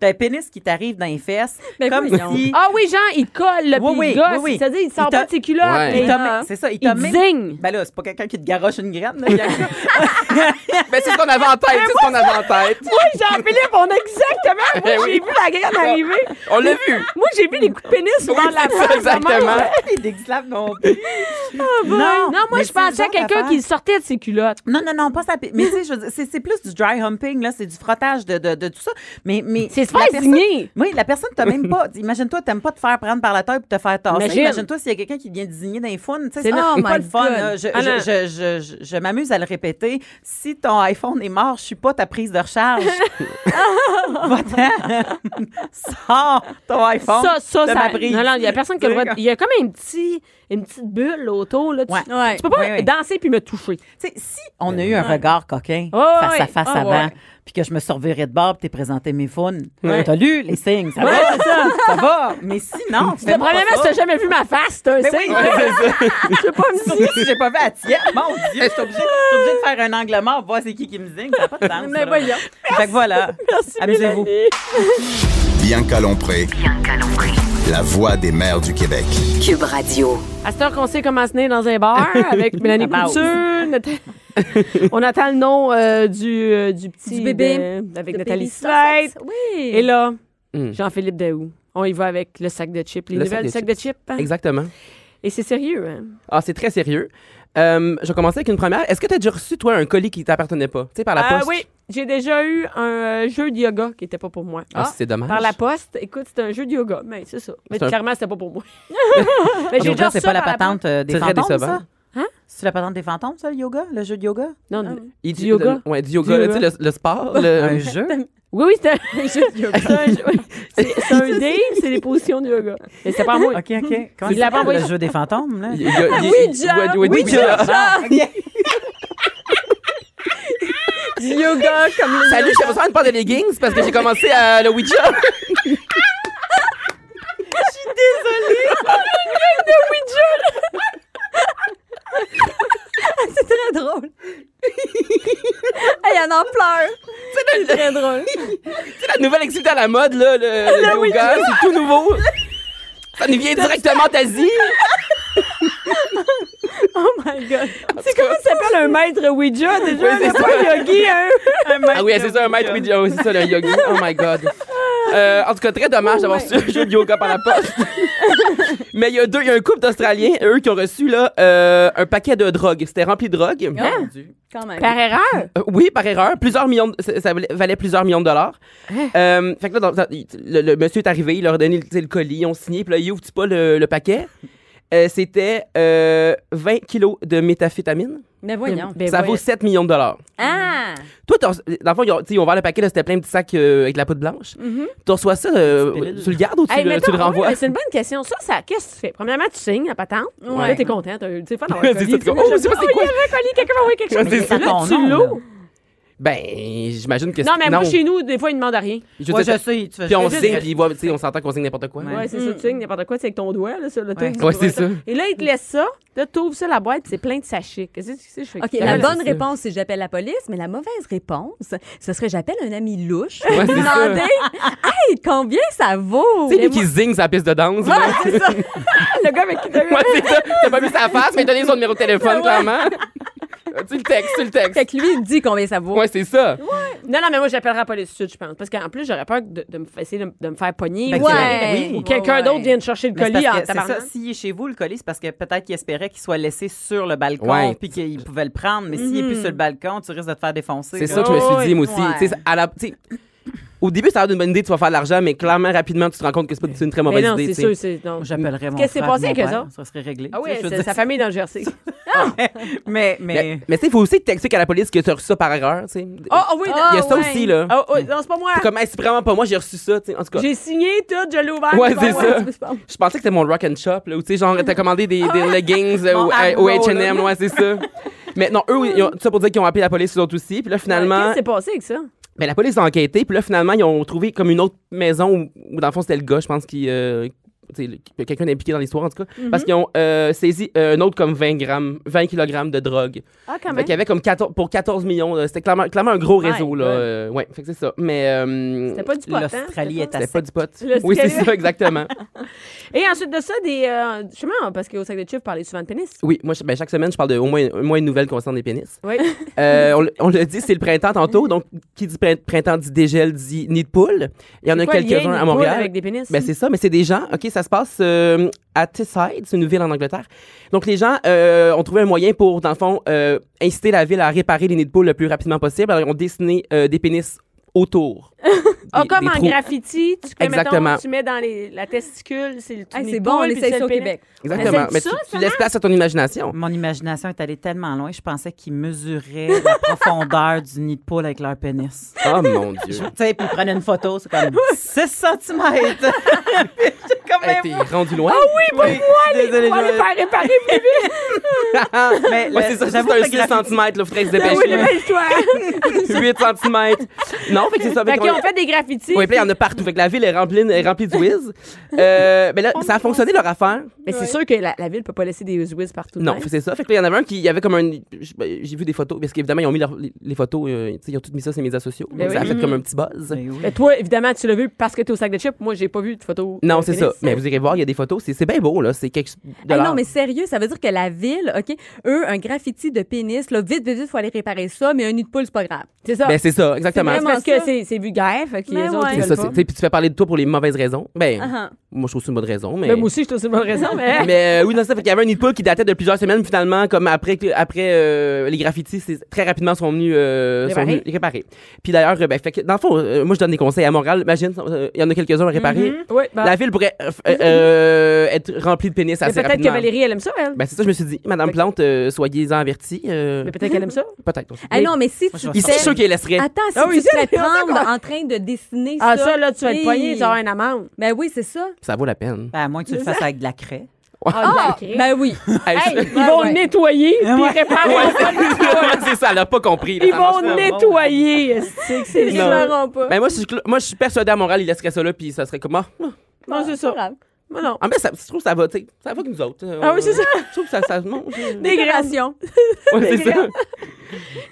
t'as un pénis qui t'arrive dans les fesses,
Ben
comme
voyons.
si...
Ah oui, Jean, il colle, le
Oui,
puis
oui,
il gosse.
oui, oui.
C'est-à-dire, il sort
Il
pas
te-
de ses culottes.
Ouais.
mais
Il
il-
t'a mis- C'est ça, il t'a
hein? Il
mis-
zigne.
Ben là, c'est pas quelqu'un qui te garoche une graine. là, il y a-
Mais c'est ce qu'on avait en tête, c'est ce qu'on avait en tête.
Oui, Jean-Philippe, on a exactement. Moi, j'ai vu la guerre arriver.
On l'a vu.
Moi, j'ai vu les coups de pénis
Oui,
dans la
c'est
face.
ça, exactement.
Les dicks-slaves non plus. non,
Ah, Non, moi,
mais
je
c'est
pensais à
le genre
quelqu'un
d'affaire.
qui sortait de ses culottes.
Non, non, non, pas ça. Mais tu sais, je veux dire, c'est c'est plus du dry humping, là, c'est du frottage de, de, de tout ça. Mais, mais
C'est se
la
faire
personne-
zigner.
Oui, la personne t'a même pas. Imagine-toi, t'aimes pas te faire prendre par la tête pour te faire tasser.
Imagine.
Imagine-toi s'il y a quelqu'un qui vient te zigner dans les founes. Tu
C'est
sais, C'est
non-
c'est pas
my
le fun.
God.
là. Je,
Ah, non.
je, je, je, je, je m'amuse à le répéter. Si ton iPhone est mort, je suis pas ta prise de recharge. Va-t'en. Sors ton iPhone.
Ça, ça,
de
ça.
ma prise.
Non, non, il y a personne qui a le droit. de-
Tu sais,
Il y a comme un petit, une petite bulle autour. Là, tu,
Ouais.
Ouais.
tu peux pas
Ouais, ouais.
danser puis me toucher.
Tu sais, si on a eu un regard coquin
Oh,
face
Ben ouais.
à face
Oh,
avant,
ouais.
puis que je me surveillerais de bord, puis t'es présenté mes founes, t'as lu les signes, ça va, ça. va. Mais sinon, tu
Le problème, c'est que t'as jamais vu ma face. C'est un
Mais oui,
signe.
je sais pas si j'ai pas fait à tienne. Mon Dieu, je suis obligée, je suis obligée de faire un angle mort, voir c'est qui qui me zigne, ça n'a pas de sens.
Mais
ça, là.
voyons.
Fait que voilà,
Merci,
amusez-vous.
Mélanie.
Bianca Lompré,
Bianca Lombré.
la voix des mères du Québec.
Cube Radio.
À cette heure qu'on sait comment se tenir dans un bar avec Mélanie
La base.
Couture, Nat- on attend le nom euh, du, euh, du petit
Du bébé.
de- avec
De
Nathalie
Baby
Slate.
Sussex. Oui.
Et là,
Hmm.
Jean-Philippe Daou. On y va avec le sac de chips, les
Le
nouvelles du
sac
sac
des
de chips. hein?
Exactement.
Et c'est sérieux. Hein?
Ah, c'est très sérieux. Euh, je vais commencer avec une première. Est-ce que tu as déjà reçu, toi, un colis qui t'appartenait pas? Tu sais, par la
Ah
poste?
oui, j'ai déjà eu un euh, jeu de yoga qui n'était pas pour moi.
Ah, c'est dommage.
Par la poste, écoute, c'était un jeu de yoga. Mais c'est ça. Mais
C'est un- Ah,
clairement, c'était pas pour moi. mais
Le yoga, c'est
reçu
pas la
par
patente euh, des
C'est très
fantômes,
décevant.
ça?
Hein?
C'est la patente des fantômes, ça, le yoga? Le jeu de yoga?
poste. Non, non.
Il
Du
dit-
yoga?
le- ouais, du yoga.
Du
Tu sais, le, le sport. le-
Un jeu?
Oui, oui, c'était un jeu de yoga. C'est un jeu- oui. C'est c'est un dé, c'est les positions de yoga. Mais c'était pas à moi.
OK, OK. Comment
Il
ça
l'a pas
s'appelle,
envoyé.
le jeu des fantômes, là?
Il- il- il- il-
Ouija!
ouais, ouais,
Oui,
Ouija.
Du yoga comme le
Salut, j'ai besoin de porter des leggings parce que j'ai commencé à le Ouija.
C'est très drôle. hey, elle en pleure. C'est très drôle.
C'est la nouvelle activité à la mode, là, le, le yoga. C'est tout nouveau. Ça nous vient directement d'Asie.
Oh my God.
C'est quoi
Ça s'appelle un maître Ouija, déjà.
c'est
c'est pas un yogi, hein?
Ah oui, c'est ça, un maître Ouija. Oui, c'est ça, le yogi. Oh my God. Euh, en tout cas, très dommage d'avoir reçu un jeu de yoga par la poste. Mais il y a deux, il y a un couple d'Australiens, eux, qui ont reçu là, euh, un paquet de drogue. C'était rempli de drogue.
Mon Dieu.
Quand même.
Par erreur?
Euh, oui, par erreur. Plusieurs millions, de- ça, ça valait- valait plusieurs millions de dollars.
Hein?
Euh, fait que là, dans- dans- il- le, le monsieur est arrivé, il leur a donné le, tu sais, le colis, ils ont signé, puis là, il ouvre pas le, le paquet. Euh, C'était euh, 20 kilos de méthamphétamine.
Mais voyons.
Ben,
ça
voyons.
vaut 7 millions de dollars.
Ah!
Toi, t'as reçu- dans le fond, ils ont, tu sais, ils ont ouvert le paquet, là, c'était plein de petits sacs euh, avec de la poudre blanche. Tu reçois ça, euh,
C'est pénible.
tu le gardes ou tu,
Mm-hmm. Hey,
le,
mettons,
tu le
oui,
renvoies?
mais c'est une bonne question. Ça, ça qu'est-ce que tu fais? Premièrement, tu signes la patente.
Ouais.
Là, t'es content. T'as eu, tu sais, pas d'avoir
C'est
un colis.
ça,
Tu sais,
tu-
moi,
oh,
je-
c'est pas c'est
oh,
quoi?
Il y avait un colis, quelqu'un m'a envoyé quelque chose.
Ouais, c'est
Mais
ça,
ton
là, tu
nom, là.
l'ouvres.
Ben, j'imagine que
Non, mais moi, chez nous, des fois, ils demandent rien.
Je
Ouais,
veux dire,
je sais. Tu fais
Puis on
juste-
signe, puis ils voient- tu sais, on s'entend qu'on signe n'importe quoi.
Ouais.
Ouais, c'est ça, tu signes n'importe quoi, c'est avec ton doigt, là, sur le
Ouais.
truc.
Ouais, c'est ça.
Et là, ils te laissent ça, là, t'ouvres ça, la boîte, puis c'est plein de sachets. Qu'est-ce que tu sais, je fais?
OK,
avec ça?
la
Ouais,
bonne
c'est ça.
réponse, c'est j'appelle la police, mais la mauvaise réponse, ce serait j'appelle un ami louche.
Ouais, c'est ça.
Demandez, hey, combien ça vaut?
C'est lui qui zigne sa piste de danse. là.
Ah, c'est ça.
Le gars avec qui t'as eu.
Ouais, c'est ça. T'as pas mis sa face, mais t'as donné son numéro de téléphone, clairement. Ah, tu le textes, tu le textes.
Fait que lui, il dit combien ça vaut.
Ouais, c'est ça.
Non, non, mais moi, j'appellerai la police tout de suite, je pense. Parce qu'en plus, j'aurais peur de, de me, essayer de, de me faire pogner.
Ben,
ou-
tu
l'as-
ou-
oui.
Ou quelqu'un
Ouais, ouais.
d'autre vienne chercher le
Mais c'est
colis
parce
en
que c'est ça,
tabarnak.
s'il est chez vous, le colis, c'est parce que peut-être qu'il espérait qu'il soit laissé sur le balcon
Ouais.
puis qu'il pouvait le prendre. Mais s'il n'est
Mhm.
plus sur le balcon, tu risques de te faire défoncer.
C'est
là.
ça que je me suis dit, moi aussi.
Ouais.
Tu sais, à la- tu sais, au début, ça a l'air d'une bonne idée, tu vas faire de l'argent, mais clairement, rapidement, tu te rends compte que c'est pas c'est une très
Mais
mauvaise
non,
idée.
c'est
tu sais.
sûr, c'est. non.
Moi, J'appellerais mon
Qu'est-ce qui s'est
frère,
passé
mon
avec eux
père,
autres?
Ça serait réglé.
Ah oui,
Tu sais, je veux
c'est-
dire,
sa famille est dans le Jersey.
Mais, mais...
Mais, mais tu sais, il faut aussi texter à la police que tu as reçu ça par erreur. tu sais.
Oh, oh oui, non.
Ah, Il y a ça
ouais.
aussi, là.
Oh, oh, non, c'est pas moi.
C'est comme, Hey, c'est vraiment pas moi, j'ai reçu ça. tu sais. En tout cas,
J'ai signé tout, je l'ai ouvert.
Ouais,
c'est
c'est
pas
ça.
moi, c'est pas moi.
je pensais que c'était mon rock and shop, là, où tu sais, genre, t'as commandé des, des leggings euh, au-
Mon
au
Abro, là.
HM, ouais, c'est ça. Mais non, eux, ils ont, tout ça pour dire qu'ils ont appelé la police, eux autres aussi. Puis là,
Qu'est-ce
finalement,
qui s'est passé avec ça?
Ben, la police a enquêté, puis là, finalement, ils ont trouvé comme une autre maison où, où dans le fond, c'était le gars, je pense, qui. euh, tu sais, le- qui- quelqu'un d'impliqué dans l'histoire, en tout cas.
Mhm.
Parce qu'ils ont euh, saisi euh, un autre comme 20 grammes, 20 kg de drogue.
Ah, quand
Fait
même.
qu'il y avait comme 14, pour 14 millions, là, c'était clairement, clairement un gros
My
réseau, là.
God.
euh, ouais, fait que c'est ça. Mais. euh,
C'était pas du pot, hein?
L'Australie est
c'était
assez...
pas du pot.
Le
Oui, c'est
scandale.
ça, exactement.
Et ensuite de ça, des. Euh, justement, parce qu'au sac de chiffres, vous parlez souvent de pénis.
Oui, moi, je- ben, chaque semaine, je parle de au moins, au moins une nouvelle concernant les pénis.
Oui.
Euh, on, le- on le dit, c'est le printemps tantôt. Donc, qui dit print- printemps dit dégel, dit nid de poule. Il y en a
Quoi, le lien
quelques-uns
des
à
poules
Montréal.
Avec des pénis.
Ben, c'est ça, mais c'est des gens. OK, ça se passe euh, à Teesside, c'est une ville en Angleterre. Donc, les gens euh, ont trouvé un moyen pour, dans le fond, euh, inciter la ville à réparer les nids de poules le plus rapidement possible. Alors, ils ont dessiné euh, des pénis autour.
Ah,
Des-
comme
des
en
trous.
graffiti, tu, que,
Exactement.
mettons, tu mets dans les, la testicule, c'est le
Hey,
nid
c'est
de
bon, on
poule, puis
essaye
c'est
ça
le
au
pénis.
Québec.
Exactement.
c'est
Mais tu,
ça,
tu laisses place à ton imagination.
Mon imagination est allée tellement loin, je pensais qu'ils mesuraient la profondeur du nid de poule avec leur pénis.
Oh mon Dieu.
Tu sais, puis ils prenaient une photo, c'est comme 6 cm. J'ai quand
Hey,
même...
T'es rendu loin.
Ben, oui, désolée,
On va
je-
les faire réparer plus vite.
Mais le-
Ouais, c'est ça, c'est
j'avoue
un
que
6
le graphique-
cm, là, faudrait se
oui, les
dépêcher.
belles histoires.
8 cm. Non, fait que c'est ça.
Fait
qu'on-
qu'ils ont fait des graffitis.
Ouais, puis là, il y en a partout. Fait que la ville est remplie, est remplie de whiz. Euh, mais là, ça a fonctionné leur affaire.
Mais c'est sûr que la, la ville peut pas laisser des whiz partout. de
Non,
même.
fait- c'est ça. Fait que là, il y en avait un qui il y avait comme un. je- ben, J'ai vu des photos, parce qu'évidemment, ils ont mis leurs- les, les photos, euh, tu sais, ils ont toutes mis ça sur les médias sociaux.
Ben
Donc, ça a
oui.
fait comme un petit buzz.
Mais Ben oui.
Mais toi, évidemment, tu l'as vu parce que t'es au sac de chips. Moi, j'ai pas vu de photo.
Non,
de
c'est ça.
pénis.
Mais vous irez voir, il y a des photos. C'est c'est bien beau, là. C'est quelque de
Hey,
l'art.
non, mais sérieux, ça veut dire que la ville, OK, eux, un graffiti de pénis, là, vite, vite, vite, faut aller réparer ça, mais un nid de poule, c'est pas grave.
C'est ça.
Ben, c'est ça, exactement.
c'est
C'est
vraiment
parce que
ça.
c'est- c'est vulgaire. Fait que les
Mais
autres,
ouais.
ils
C'est
veulent
ça, c'est-
pas.
tu sais, puis tu fais parler de toi pour les mauvaises raisons. Ben,
Ah, ah.
moi, je trouve que c'est une bonne raison. Mais...
Ben, Moi aussi, je trouve que c'est une bonne raison, mais.
Mais euh, oui, non, c'est ça. Fait qu'il y avait un nid de poule qui datait de plusieurs semaines, finalement, comme après, que- après euh, les graffitis, c'est- très rapidement sont venus, euh, sont
Réparer.
venus réparer. Puis d'ailleurs, euh, ben, fait que, dans le fond, euh, moi, je donne des conseils à Montréal. Imagine, euh, il y en a quelques-uns à réparer.
Oui, bon.
La ville pourrait euh, f- euh, être remplie de pénis
Bah. Mm-hmm. Mais ben,
assez
peut-être
rapidement.
que Valérie, elle aime ça, elle.
Ben, c'est ça, je me suis dit. Madame Plante, euh, soyez-en avertie. euh,
Mais peut-être qu'elle aime ça.
Peut-être. on sait pas.
Hey, non, mais si tu
je vais
Ici, je
fais-
suis sûr qu'il laisserait.
Attends, si
Ah oui,
tu te fais
c'est-
prendre en train de dessiner
Ah,
ça...
ça, là, tu vas être
hey.
poigné, tu vas avoir une amende.
Ben oui, c'est ça.
Ça vaut la peine.
Ben, à moins que tu le fasses avec de la craie.
Ah,
Ben oui. Ben
Hey,
Hey,
je-
ils vont
ouais.
nettoyer, puis
Ouais.
réparer.
c'est ça, elle a pas compris. là,
Ils
Ah, ça marche
vont
pas.
nettoyer. C'est que c'est
Ils
Non.
sauront pas.
Ben, moi, je suis cl- moi, je suis persuadée à Montréal, il laisserait ça là, puis ça serait comme. ah, ah.
Non, c'est
Pas
ça.
grave.
Moi, non.
En fait, Ah, ça, je trouve que ça va, tu sais, ça va que nous autres. Euh,
Ah oui, c'est ça.
Je trouve que ça, ça non, je-
Décoration.
Ah,
Ouais, c'est ça.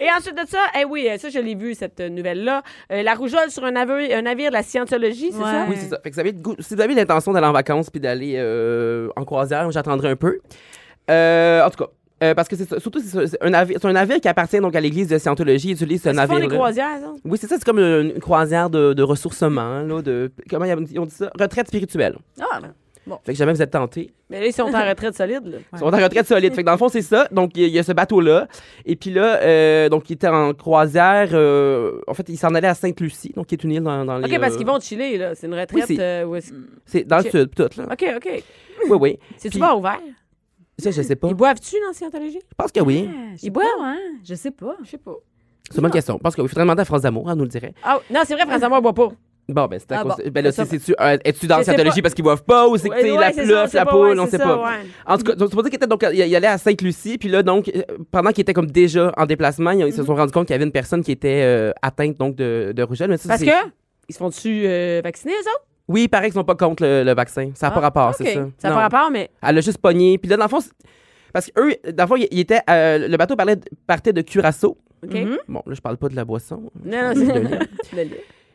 Et ensuite de ça, eh oui, ça, je l'ai vu, cette euh, nouvelle-là. Euh, la rougeole sur un, navire- un navire de la scientologie, c'est
Ouais.
ça?
Oui, c'est ça. Fait que vous avez le goût- si vous avez l'intention d'aller en vacances puis d'aller euh, en croisière, j'attendrai un peu. Euh, en tout cas, Euh, parce que c'est ça- surtout, c'est ça- c'est un, navire- c'est un navire qui appartient donc à l'église de Scientologie. Ils utilisent ce
Ils font des
navire.
croisières, ça?
Oui, c'est ça, c'est comme une, une croisière de, de ressourcement, là, de, comment ils ont dit- ils ont dit ça? Retraite spirituelle.
Ah,
ben.
Fait que jamais vous êtes tenté.
Mais là, ils sont en retraite solide, là.
Ils sont en retraite solide. Fait que dans le fond, c'est ça. Donc, il y, a- il y a ce bateau-là. Et puis là, euh, donc, il était en croisière. euh, en fait, il s'en allait à Sainte-Lucie, donc qui est une île dans, dans les...
OK, parce
euh,
qu'ils vont chiller, là. C'est une retraite.
Oui, c'est-
euh, où est-ce-
C'est dans le
Ok.
sud, tout, là.
OK, OK.
Oui, oui.
C'est-tu
Puis-
pas ouvert?
Ça, je sais pas.
Ils boivent-tu dans Scientologie?
Je pense que oui.
Ils boivent, hein? Je sais pas.
Je sais pas.
C'est une bonne question. Je pense qu'il faudrait demander à France d'Amour, elle nous le dirait.
Ah, non, c'est vrai, François, moi, boit pas.
Bon, ben, c'est à
Ah
cause.
bon.
Ben là,
Ça,
c'est-
ça-
c'est-tu, euh, es-tu dans
Je
la
sais
Scientologie
pas.
parce qu'ils boivent pas ou c'est que
Ouais,
t'es
ouais,
la
c'est ça,
fluffe,
c'est
la
pas-
poule,
ouais,
on
c'est
sait
ça,
pas.
ouais.
En tout cas, donc, c'est pour ça qu'il était donc, il allait à Sainte-Lucie, puis là, donc, euh, pendant qu'il était comme déjà en déplacement, ils, ils
Mhm.
se sont rendus compte qu'il y avait une personne qui était euh, atteinte donc de, de rougeole. Mais ça,
Parce
c'est-
que ils se font-tu euh, vacciner, eux autres?
Oui, il paraît qu'ils sont pas contre le, le vaccin. Ça n'a pas
Ah,
rapport,
OK.
c'est ça.
Ça n'a
Non.
pas rapport, mais.
Elle a juste pogné. Puis là, dans le fond, c'est- parce que eux, dans le fond, ils- ils étaient, euh, le bateau parlait, partait de Curaçao.
OK.
Bon, là, je parle pas de la boisson. hein,
Non, non,
De
c'est.
l'île.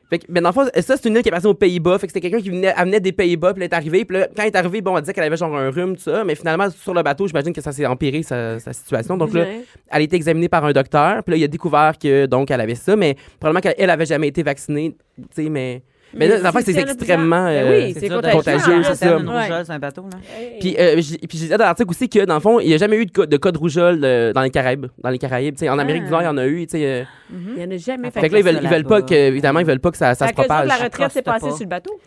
Fait que, mais dans le fond, ça, c'est une île qui est partie aux Pays-Bas. Fait que c'était quelqu'un qui venait, amenait des Pays-Bas, puis elle est arrivée. Puis là, quand elle est arrivée, bon, elle disait qu'elle avait genre un rhume, tout ça. Mais finalement, sur le bateau, j'imagine que ça s'est empiré, sa, sa situation. Donc là,
Ouais.
elle a été examinée par un docteur. Puis là, il a découvert que, donc, elle avait ça. Mais probablement qu'elle elle avait jamais été vaccinée, tu sais, mais... Mais, là,
Mais
la fois,
si
c'est
il y en a
extrêmement...
plusieurs-
euh,
Ben oui, c'est
dur de-
contagieux,
Quand
c'est
t'amènes
ça.
une
Ouais.
rougeole sur un bateau, là.
Puis, euh, j'ai- puis j'ai lu dans l'article aussi que, dans le fond, il n'y a jamais eu de, co- de cas de rougeole euh, dans les Caraïbes. Dans les Caraïbes, tu sais, en Amérique du Nord, il y en a eu, tu sais. euh.
Il n'y en a jamais fait.
Fait
fait que là, ils
que
veulent,
ça,
ils veulent
là-bas.
pas que, évidemment, ils veulent pas que ça, ça
Fait
se
que eux autres,
propage. Ah,
la retraite s'est
Ça
passée
pas.
sur le bateau.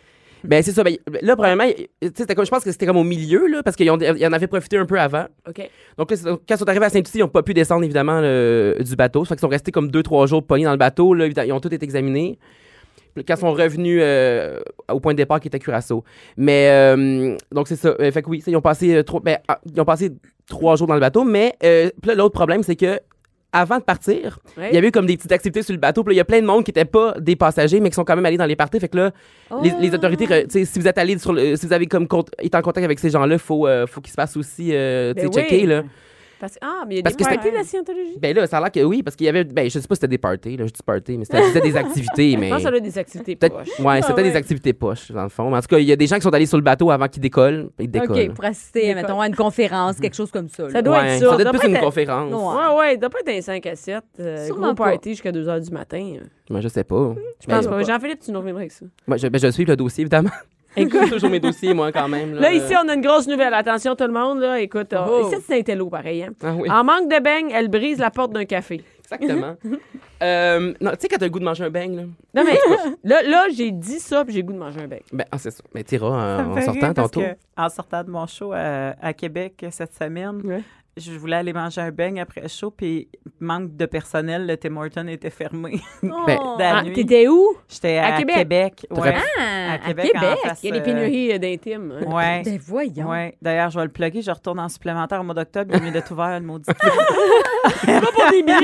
Ben c'est ça. Ben, là, premièrement, tu sais, c'était comme- je pense que c'était comme au milieu, là, parce qu'ils ont- ils en avaient profité un peu avant.
OK.
Donc, là, c'est- quand ils sont arrivés à Saint-Lucie, ils n'ont pas pu descendre, évidemment, le- du bateau. Ça fait qu'ils sont restés comme deux, trois jours pognés dans le bateau. Là, évidemment, ils ont tous été examinés. Puis Quand ils sont revenus euh, au point de départ qui était Curaçao. Mais, euh, donc, c'est ça. Euh, fait que oui, ça, ils ont, passé, euh, trois, ben, ah, ils ont passé trois jours dans le bateau. Mais, euh, puis là, l'autre problème, c'est que avant de partir,
Ouais.
il y avait eu comme des petites activités sur le bateau. Puis là, il y a plein de monde qui n'étaient pas des passagers, mais qui sont quand même allés dans les parties. Fait que là, les,
Oh.
les autorités, re- tu sais, si vous êtes allé sur le- si vous avez comme cont- été en contact avec ces gens-là, faut, euh, faut qu'ils se fassent aussi, euh, tu sais,
Ben oui.
checker, là.
Parce que- Ah, mais il y a
Parce
des
que
parties
c'était-
de la Scientologie.
Ben là, ça a l'air que oui, parce qu'il y avait, ben, je sais pas si c'était des parties, là, je dis parties, mais c'était c'était des activités, mais.
Je pense que ça a des activités
Ben, Peut-être-
proches.
Ouais, c'était
ouais.
des activités poches, dans le fond. Mais en tout cas, il y a des gens qui sont allés sur le bateau avant qu'ils décollent. Ils décollent.
OK, pour assister, mettons, à une conférence, quelque chose comme ça. là.
Ça doit
Ouais,
être ça.
doit
doit
être
pas
plus une
être-
conférence.
Non.
Ouais, ouais, il doit pas être un 5 à 7. Euh,
Sûrement
gros
pas.
party jusqu'à 2 h du matin.
Moi, je sais pas.
Je pense
Ben,
pas. Jean-Philippe, tu nous reviendras avec ça.
Moi, je, ben, je suis le dossier, évidemment. Écoute, toujours mes dossiers, moi, quand même. Là, euh,
Là, ici, on a une grosse nouvelle. Attention, tout le monde. Là. Écoute, euh,
Oh.
ici, c'est un télo, pareil. hein.
Ah oui.
En manque de beigne, elle brise la porte d'un café.
Exactement. Euh, non, tu sais, quand t'as le goût de manger un beigne, là.
Non, mais là, là j'ai dit ça, puis j'ai le goût de manger un bec.
Ben, ah, c'est ça. Ben, t'iras euh,
Ça me
en
fait
sortant
rire parce
tantôt.
que en sortant de mon show euh, à, Québec euh, cette semaine,
Ouais.
je voulais aller manger un beigne après le show, puis manque de personnel, le Tim Hortons était fermé
Ben,
de la
Ah,
nuit.
T'étais où?
J'étais
à
à,
Québec?
Québec.
T'aurais
ouais.
pu-
Ah,
à Québec, en face,
Il y a des
euh,
pénuries euh, d'intimes. hein.
Ouais.
Ben voyons.
Ouais. D'ailleurs, je vais le plugger. Je retourne en supplémentaire au mois d'octobre. Il vient d'être ouvert, le maudit.
C'est pas pour des billets!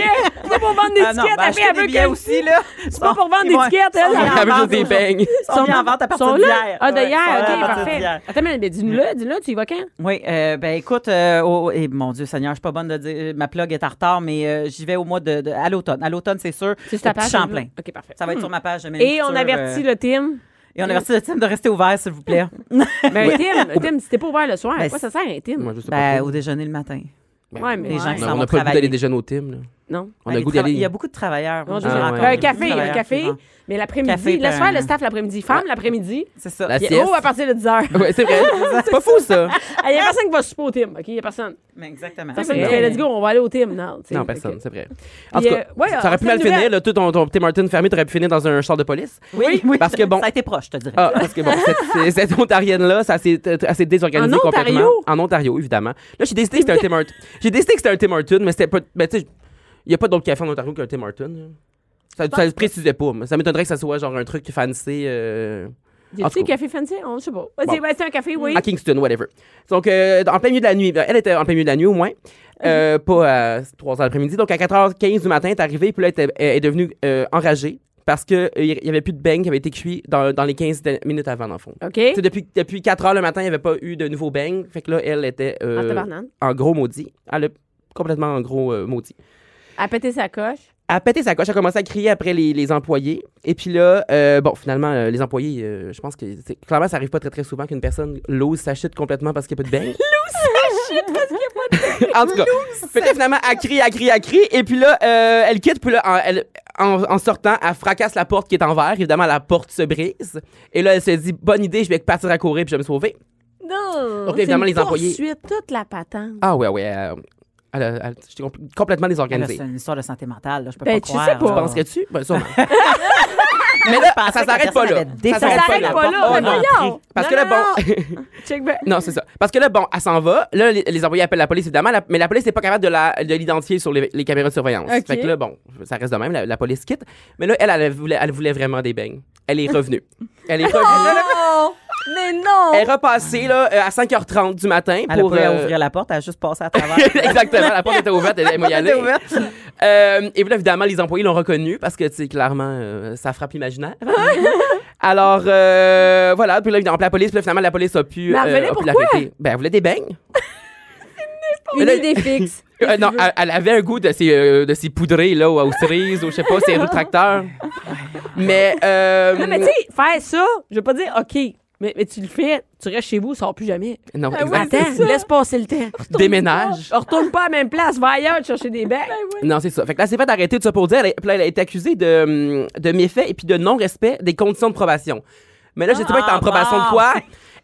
C'est pas pour vendre des
Ah non,
tickets!
ben,
après,
achetez
elle
des
veut
billets
qu'elle-
aussi, là.
C'est pas pour vendre des tickets, elle!
Ils sont
Elle veut
en
juste des
vente,
beignes.
Ils sont mis en vente à partir
sont
d'hier.
là? Ah,
Ouais, ils sont
d'ailleurs,
là à
OK,
partir
parfait.
d'hier.
Attends, mais mais dis-nous-le, dis-le, tu y vas quand?
Oui, euh, ben écoute, euh, au- et mon Dieu Seigneur, je suis pas bonne de dire, ma plug est en retard, mais euh, j'y vais au mois de, de- à l'automne. À l'automne, c'est sûr.
C'est sur ta
Le petit
page?
Champlain.
OK, parfait.
Ça va être sur ma page. de
Et on
Minute
avertit
Culture,
le team.
euh, et on avertit le team de rester ouvert, s'il vous plaît.
Mais Ben, Tim, Tim, si t'es pas ouvert le soir, à
Ben,
quoi ça sert un Tim?
Moi, je sais pas.
Ben,
trop.
au déjeuner le matin.
Ouais, mais
les gens
ouais.
qui
Non,
s'en
on
vont
n'a pas le goût
travailler.
d'aller déjeuner au team, là.
Non.
On
Ben,
a
les
le goût
trava-
d'aller.
Il y a beaucoup de travailleurs.
Non,
moi,
je-
je
Ah,
rencontre
ouais.
Un
beaucoup de
café, un
travailleurs,
café.
souvent.
Mais
Café,
l'après-midi, le soir,
ben,
le staff l'après-midi, femme l'après-midi.
C'est ça.
La
Puis
sieste.
oh, à partir de 10 h.
Ouais, c'est vrai. c'est pas fou, ça.
Il n'y a personne qui va souper au Tim, OK? Il n'y a personne.
Mais exactement.
Ça,
C'est
c'est
vrai.
let's go, on va aller au Tim. Non, tu sais.
Non, personne,
Fait
c'est vrai. En tout
Puis,
cas,
euh, ouais,
ça aurait
c'est
pu mal
une nouvelle.
finir, là, tout ton, ton Tim Martin fermé, t'aurais pu finir dans un char de police.
Oui, oui.
Parce que bon-
Ça a été proche, je te dirais.
Ah, parce que bon, cette, c'est- cette ontarienne-là, ça s'est euh, elle s'est désorganisée
En
complètement.
Ontario?
En Ontario, évidemment. Là, j'ai décidé que c'était un Tim Hortons. J'ai décidé que c'était un Tim Hortons, mais c'était pas. Ben, tu sais, il n'y a pas d'autre café en Ontario qu'un Tim Hortons. là. Ça, ça le précisait pas. mais Ça m'étonnerait que ça soit genre un truc fancy. euh,
que- Y
En
a-tu
tout
un
cas.
café fancy? On ne sait pas. Vas-y,
Bon.
ben, c'est un café, oui.
à Kingston, whatever. Donc, euh, en plein milieu de la nuit, ben, elle était en plein milieu de la nuit au moins,
Mm-hmm.
Euh, pas à 3 h l'après-midi. Donc, à 4h15 du matin, elle est arrivée, puis là, elle, était- elle est devenue euh, enragée parce qu'il n'y avait plus de beignes qui avait été cuit dans, dans les 15 de- minutes avant, dans le fond.
OK?
Tu sais, depuis, depuis 4 h le matin, il n'y avait pas eu de nouveau beigne. Fait que là, elle était euh,
En tabarnane.
en gros maudit. Elle a complètement en gros euh, maudit.
À péter sa coche.
Elle a pété sa coche, elle a commencé à crier après les, les employés. Et puis là, euh, bon, finalement, euh, les employés, euh, je pense que c'est- clairement, ça arrive pas très très souvent qu'une personne lose sa shit complètement parce qu'il n'y a pas de beigne. En tout cas, fait que là, finalement, elle crie, elle crie, elle crie. Et puis là, euh, elle quitte. Puis là, en, elle- en- en sortant, elle fracasse la porte qui est en verre. Évidemment, la porte se brise. Et là, elle se dit Bonne idée, je vais partir à courir puis je vais me sauver.
Oh,
Non.
Donc, évidemment,
C'est une
les employés-
poursuite, toute la patente.
Ah, ouais, ouais. euh, elle a- elle- J'étais compl- complètement
Ah, là,
désorganisée.
C'est une histoire de santé mentale, là, je peux
Ben,
pas
tu
croire.
sais pas.
là.
Je
Penserais-tu Ben, sûrement. Mais là,
pensais
ça
que la
s'arrête pas
personne
là.
avait défoncé
Ça s'arrête
la
pas là.
porte.
mais
Oh, non.
voyons.
Parce
Non,
que là,
non, non.
bon.
Check back.
Non, c'est ça. Parce que là, bon, elle s'en va. Là, les, les employés appellent la police, évidemment, la- mais la police n'est pas capable de la- de l'identifier sur les, les caméras de surveillance.
Ok.
Fait que là, bon, ça reste de même, la, la police quitte. Mais là, elle, elle, voulait, elle voulait vraiment des beignes. Elle est revenue. Elle est revenue.
Oh! Mais non!
Elle est repassée là, euh, à 5h30 du matin
Elle a
pour.
pas eu à
euh,
ouvrir la porte, elle a juste passé à travers.
Exactement, la porte était ouverte, elle m'a y aller. Euh, et puis là, évidemment, les employés l'ont reconnu parce que, tu sais, clairement, euh, ça frappe l'imaginaire. Alors, euh, voilà, puis là, évidemment, la police, puis là, finalement, la police a pu, euh,
Mais elle venait
a pu
pourquoi?
l'arrêter. Ben, elle voulait des beignes.
Une
là-
idée fixe.
Euh, non, elle, elle avait un goût de ses, euh, de ses poudrées, là, ou aux cerises, ou je sais pas, ses rétracteurs. Mais, euh,
Non, mais tu sais, faire ça, je veux pas dire OK, mais, mais tu le fais, tu restes chez vous, sors plus jamais.
non, exact.
Attends, laisse passer le temps.
Déménage.
On retourne pas à la même place, va ailleurs te chercher des becs.
Non, c'est ça. Fait que là, c'est fait arrêter de ça pour dire. Elle, est- puis là, elle a été accusée de, hum, de méfait et puis de non-respect des conditions de probation. Mais là, je sais pas, elle était en probation de quoi?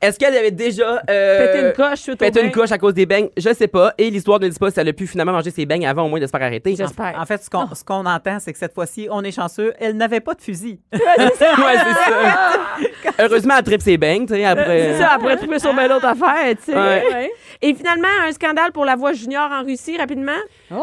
Est-ce qu'elle avait déjà. euh,
Péter Ah, une coche, suite au
pété une
bain.
coche à cause des beignes? Je sais pas. Et l'histoire ne dit pas si elle a pu finalement manger ses beignes avant au moins de se faire arrêter.
J'espère.
En fait, ce qu'on ce qu'on entend, c'est que cette fois-ci, on est chanceux, elle n'avait pas de fusil.
Ouais, c'est ça. Heureusement, elle tripe ses beignes, tu sais, après.
Euh, C'est ça, Ah, après trouver sur belle autre affaire, tu sais.
Ouais.
Et finalement, un scandale pour la voix junior en Russie, rapidement.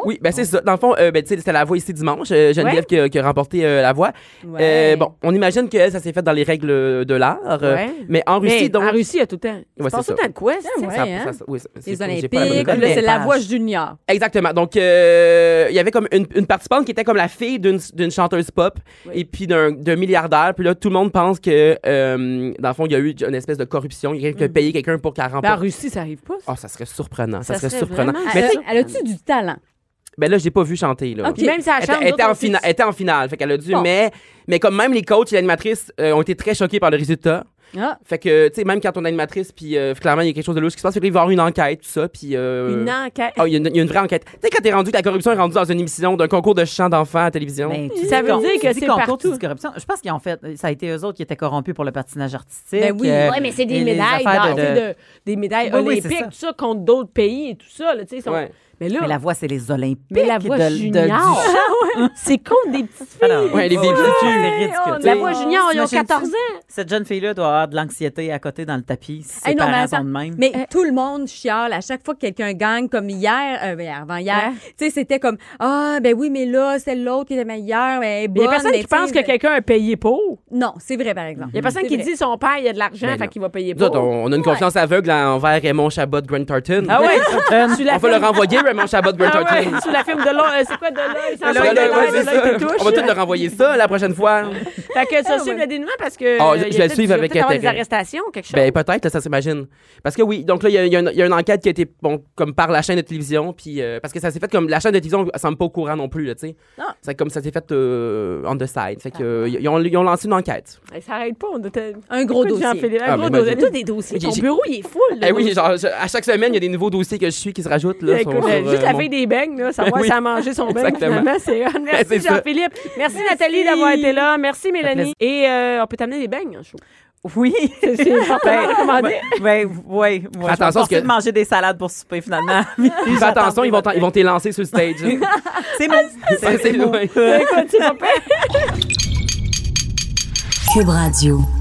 Oui, ben c'est ça. Dans le fond, euh, ben, tu sais, c'était la voix ici dimanche. Euh, Geneviève
Ouais.
qui, a, qui a remporté euh, la voix.
Ouais.
Euh, bon, on imagine que ça s'est fait dans les règles de l'art. euh,
Ouais.
Mais en Russie,
Mais
donc.
en Russie, il y a tout le temps. Il
Ouais,
se passe
c'est
tout
ça.
le temps de quoi, ça?
Ouais,
Ça-
hein?
ça- ça- oui, ça- c'est-
Les
j'ai
Olympiques,
pas la bonne
là,
école, mais-
c'est la
page.
voix junior.
Exactement. Donc, euh, il y avait comme une, une participante qui était comme la fille d'une d'une chanteuse pop et puis d'un d'un milliardaire. Puis là, tout le monde pense que, euh, dans le fond, il y a eu une espèce de corruption. Il y a quelqu'un qui a payé quelqu'un pour qu'elle
Ben, en
remporte.
Russie, ça arrive pas. ça.
Oh, ça serait surprenant. Ça,
Ça
serait,
serait
surprenant.
vraiment
Mais
Elle-
tu sais,
elle a-tu du talent?
ben là, j'ai pas vu chanter. Là.
Ok.
Puis même si elle
Elle,
chante,
était- elle était
d'autres
en
aussi.
finale, elle était en finale. Fait qu'elle a dû,
Bon.
mais, mais comme même les coachs et l'animatrice euh, ont été très choqués par le résultat.
Ah.
Fait que, tu sais, même quand on est animatrice, puis euh, clairement, il y a quelque chose de louche qui se passe, fait que là, il va y avoir une enquête, tout ça, puis... euh,
Une enquête.
Ah, il y, a une- il y a une vraie enquête. Tu sais, quand t'es rendu que la corruption est rendue dans une émission d'un concours de chant d'enfants à la télévision.
Ben, tu
Ça
dis
veut
con-
dire
tu
que
dis
c'est
concours,
partout.
tu dis corruption. Je pense qu'ils ont fait. Ça a été eux autres qui étaient corrompus pour le patinage artistique.
Ben oui.
euh,
Ouais, mais c'est
et
des
les
médailles,
affaires
d'or,
de-
tu sais, de- des médailles
Ben
Oui, oui,
olympiques,
c'est ça.
tout ça, contre d'autres pays et tout ça. Là, tu sais, ils sont-
Ouais.
Mais là,
Mais la voix, c'est les Olympiques.
mais la voix
de- de- du
junior,
chant.
c'est contre des petites filles.
Alors,
Ouais, les
oh,
bébés
là,
culs.
c'est ridicule.
la voix junior, ils ont
T'imagines-tu?
14 ans.
Cette jeune fille-là doit avoir de l'anxiété à côté dans le tapis. Si ses
Hey, non, mais
parents
attends.
sont de même.
Mais tout le monde chiale à chaque fois que quelqu'un gagne, comme hier, euh, ben, avant hier. Tu sais, c'était comme Ah, ben oui, mais là, c'est l'autre qui était meilleure. mais
Il y
ben, elle est
a
bonne,
personne
mais
qui pense
tu sais,
que quelqu'un a payé pour.
Non, c'est vrai, par exemple.
Il y a personne
C'est
qui
vrai.
dit son père, il a de l'argent,
Ben
fait
non.
qu'il va payer
Nous autres,
pour.
on, on a une confiance aveugle envers Raymond Chabot de Grant Tartan.
Ah ouais?
Euh,
tu l'as
On va le renvoyer, Raymond Chabot de Grant
Ah ouais,
Tartan.
sous la film de l'œil. C'est quoi de l'œil? Sans
Là,
soin de
là, ouais,
l'œil,
c'est
de l'œil te
ça.
touche.
On va tout le renvoyer ça la prochaine fois.
Fait que ça suivre le dénouement parce que.
Ah,
euh,
je-
il y a
je vais le
peut-être-
suivre
il va
avec
peut-être avoir des
intérêt.
arrestations ou quelque chose.
Ben peut-être, là, ça s'imagine. Parce que oui, donc là, il y a- il y, a une- il y a une enquête qui a été, bon, comme par la chaîne de télévision, puis euh, parce que ça s'est fait comme, la chaîne de télévision elle semble pas au courant non plus, là, tu sais.
Ah.
C'est comme ça s'est fait euh, on the side. Fait que,
Ah.
euh, ils, ont, ils ont lancé une enquête.
Hey, Ça arrête pas. On a tel-
Un gros
Écoute,
dossier.
Jean-Philippe,
Ah,
Un gros
mais moi,
dossier.
j'ai-
Tous des dossiers.
J'ai-
Ton
j'ai-
bureau, il est full. là.
Eh oui, genre, je- à chaque semaine, il y a des nouveaux dossiers que je suis qui se rajoutent, là.
Écoute,
sont sur,
euh,
euh,
juste la
mon-
fille des beignes, là, savoir
Ben oui.
si elle a mangé son beigne,
Exactement.
finalement, c'est hot. Merci
C'est ça.
Jean-Philippe. Merci, Nathalie d'avoir été là. Merci Mélanie. Et euh, on peut t'amener des beignes, je trouve.
oui.
C'est fortement recommandé.
Ben, oui, oui.
Attention,
Attention,
parce que-
de manger des salades pour souper, finalement.
Fais attention, ils vont t'en- ils vont t'élancer sur le stage. hein.
C'est mon.
C'est- c'est-
mon-
ouais.
Cube Radio.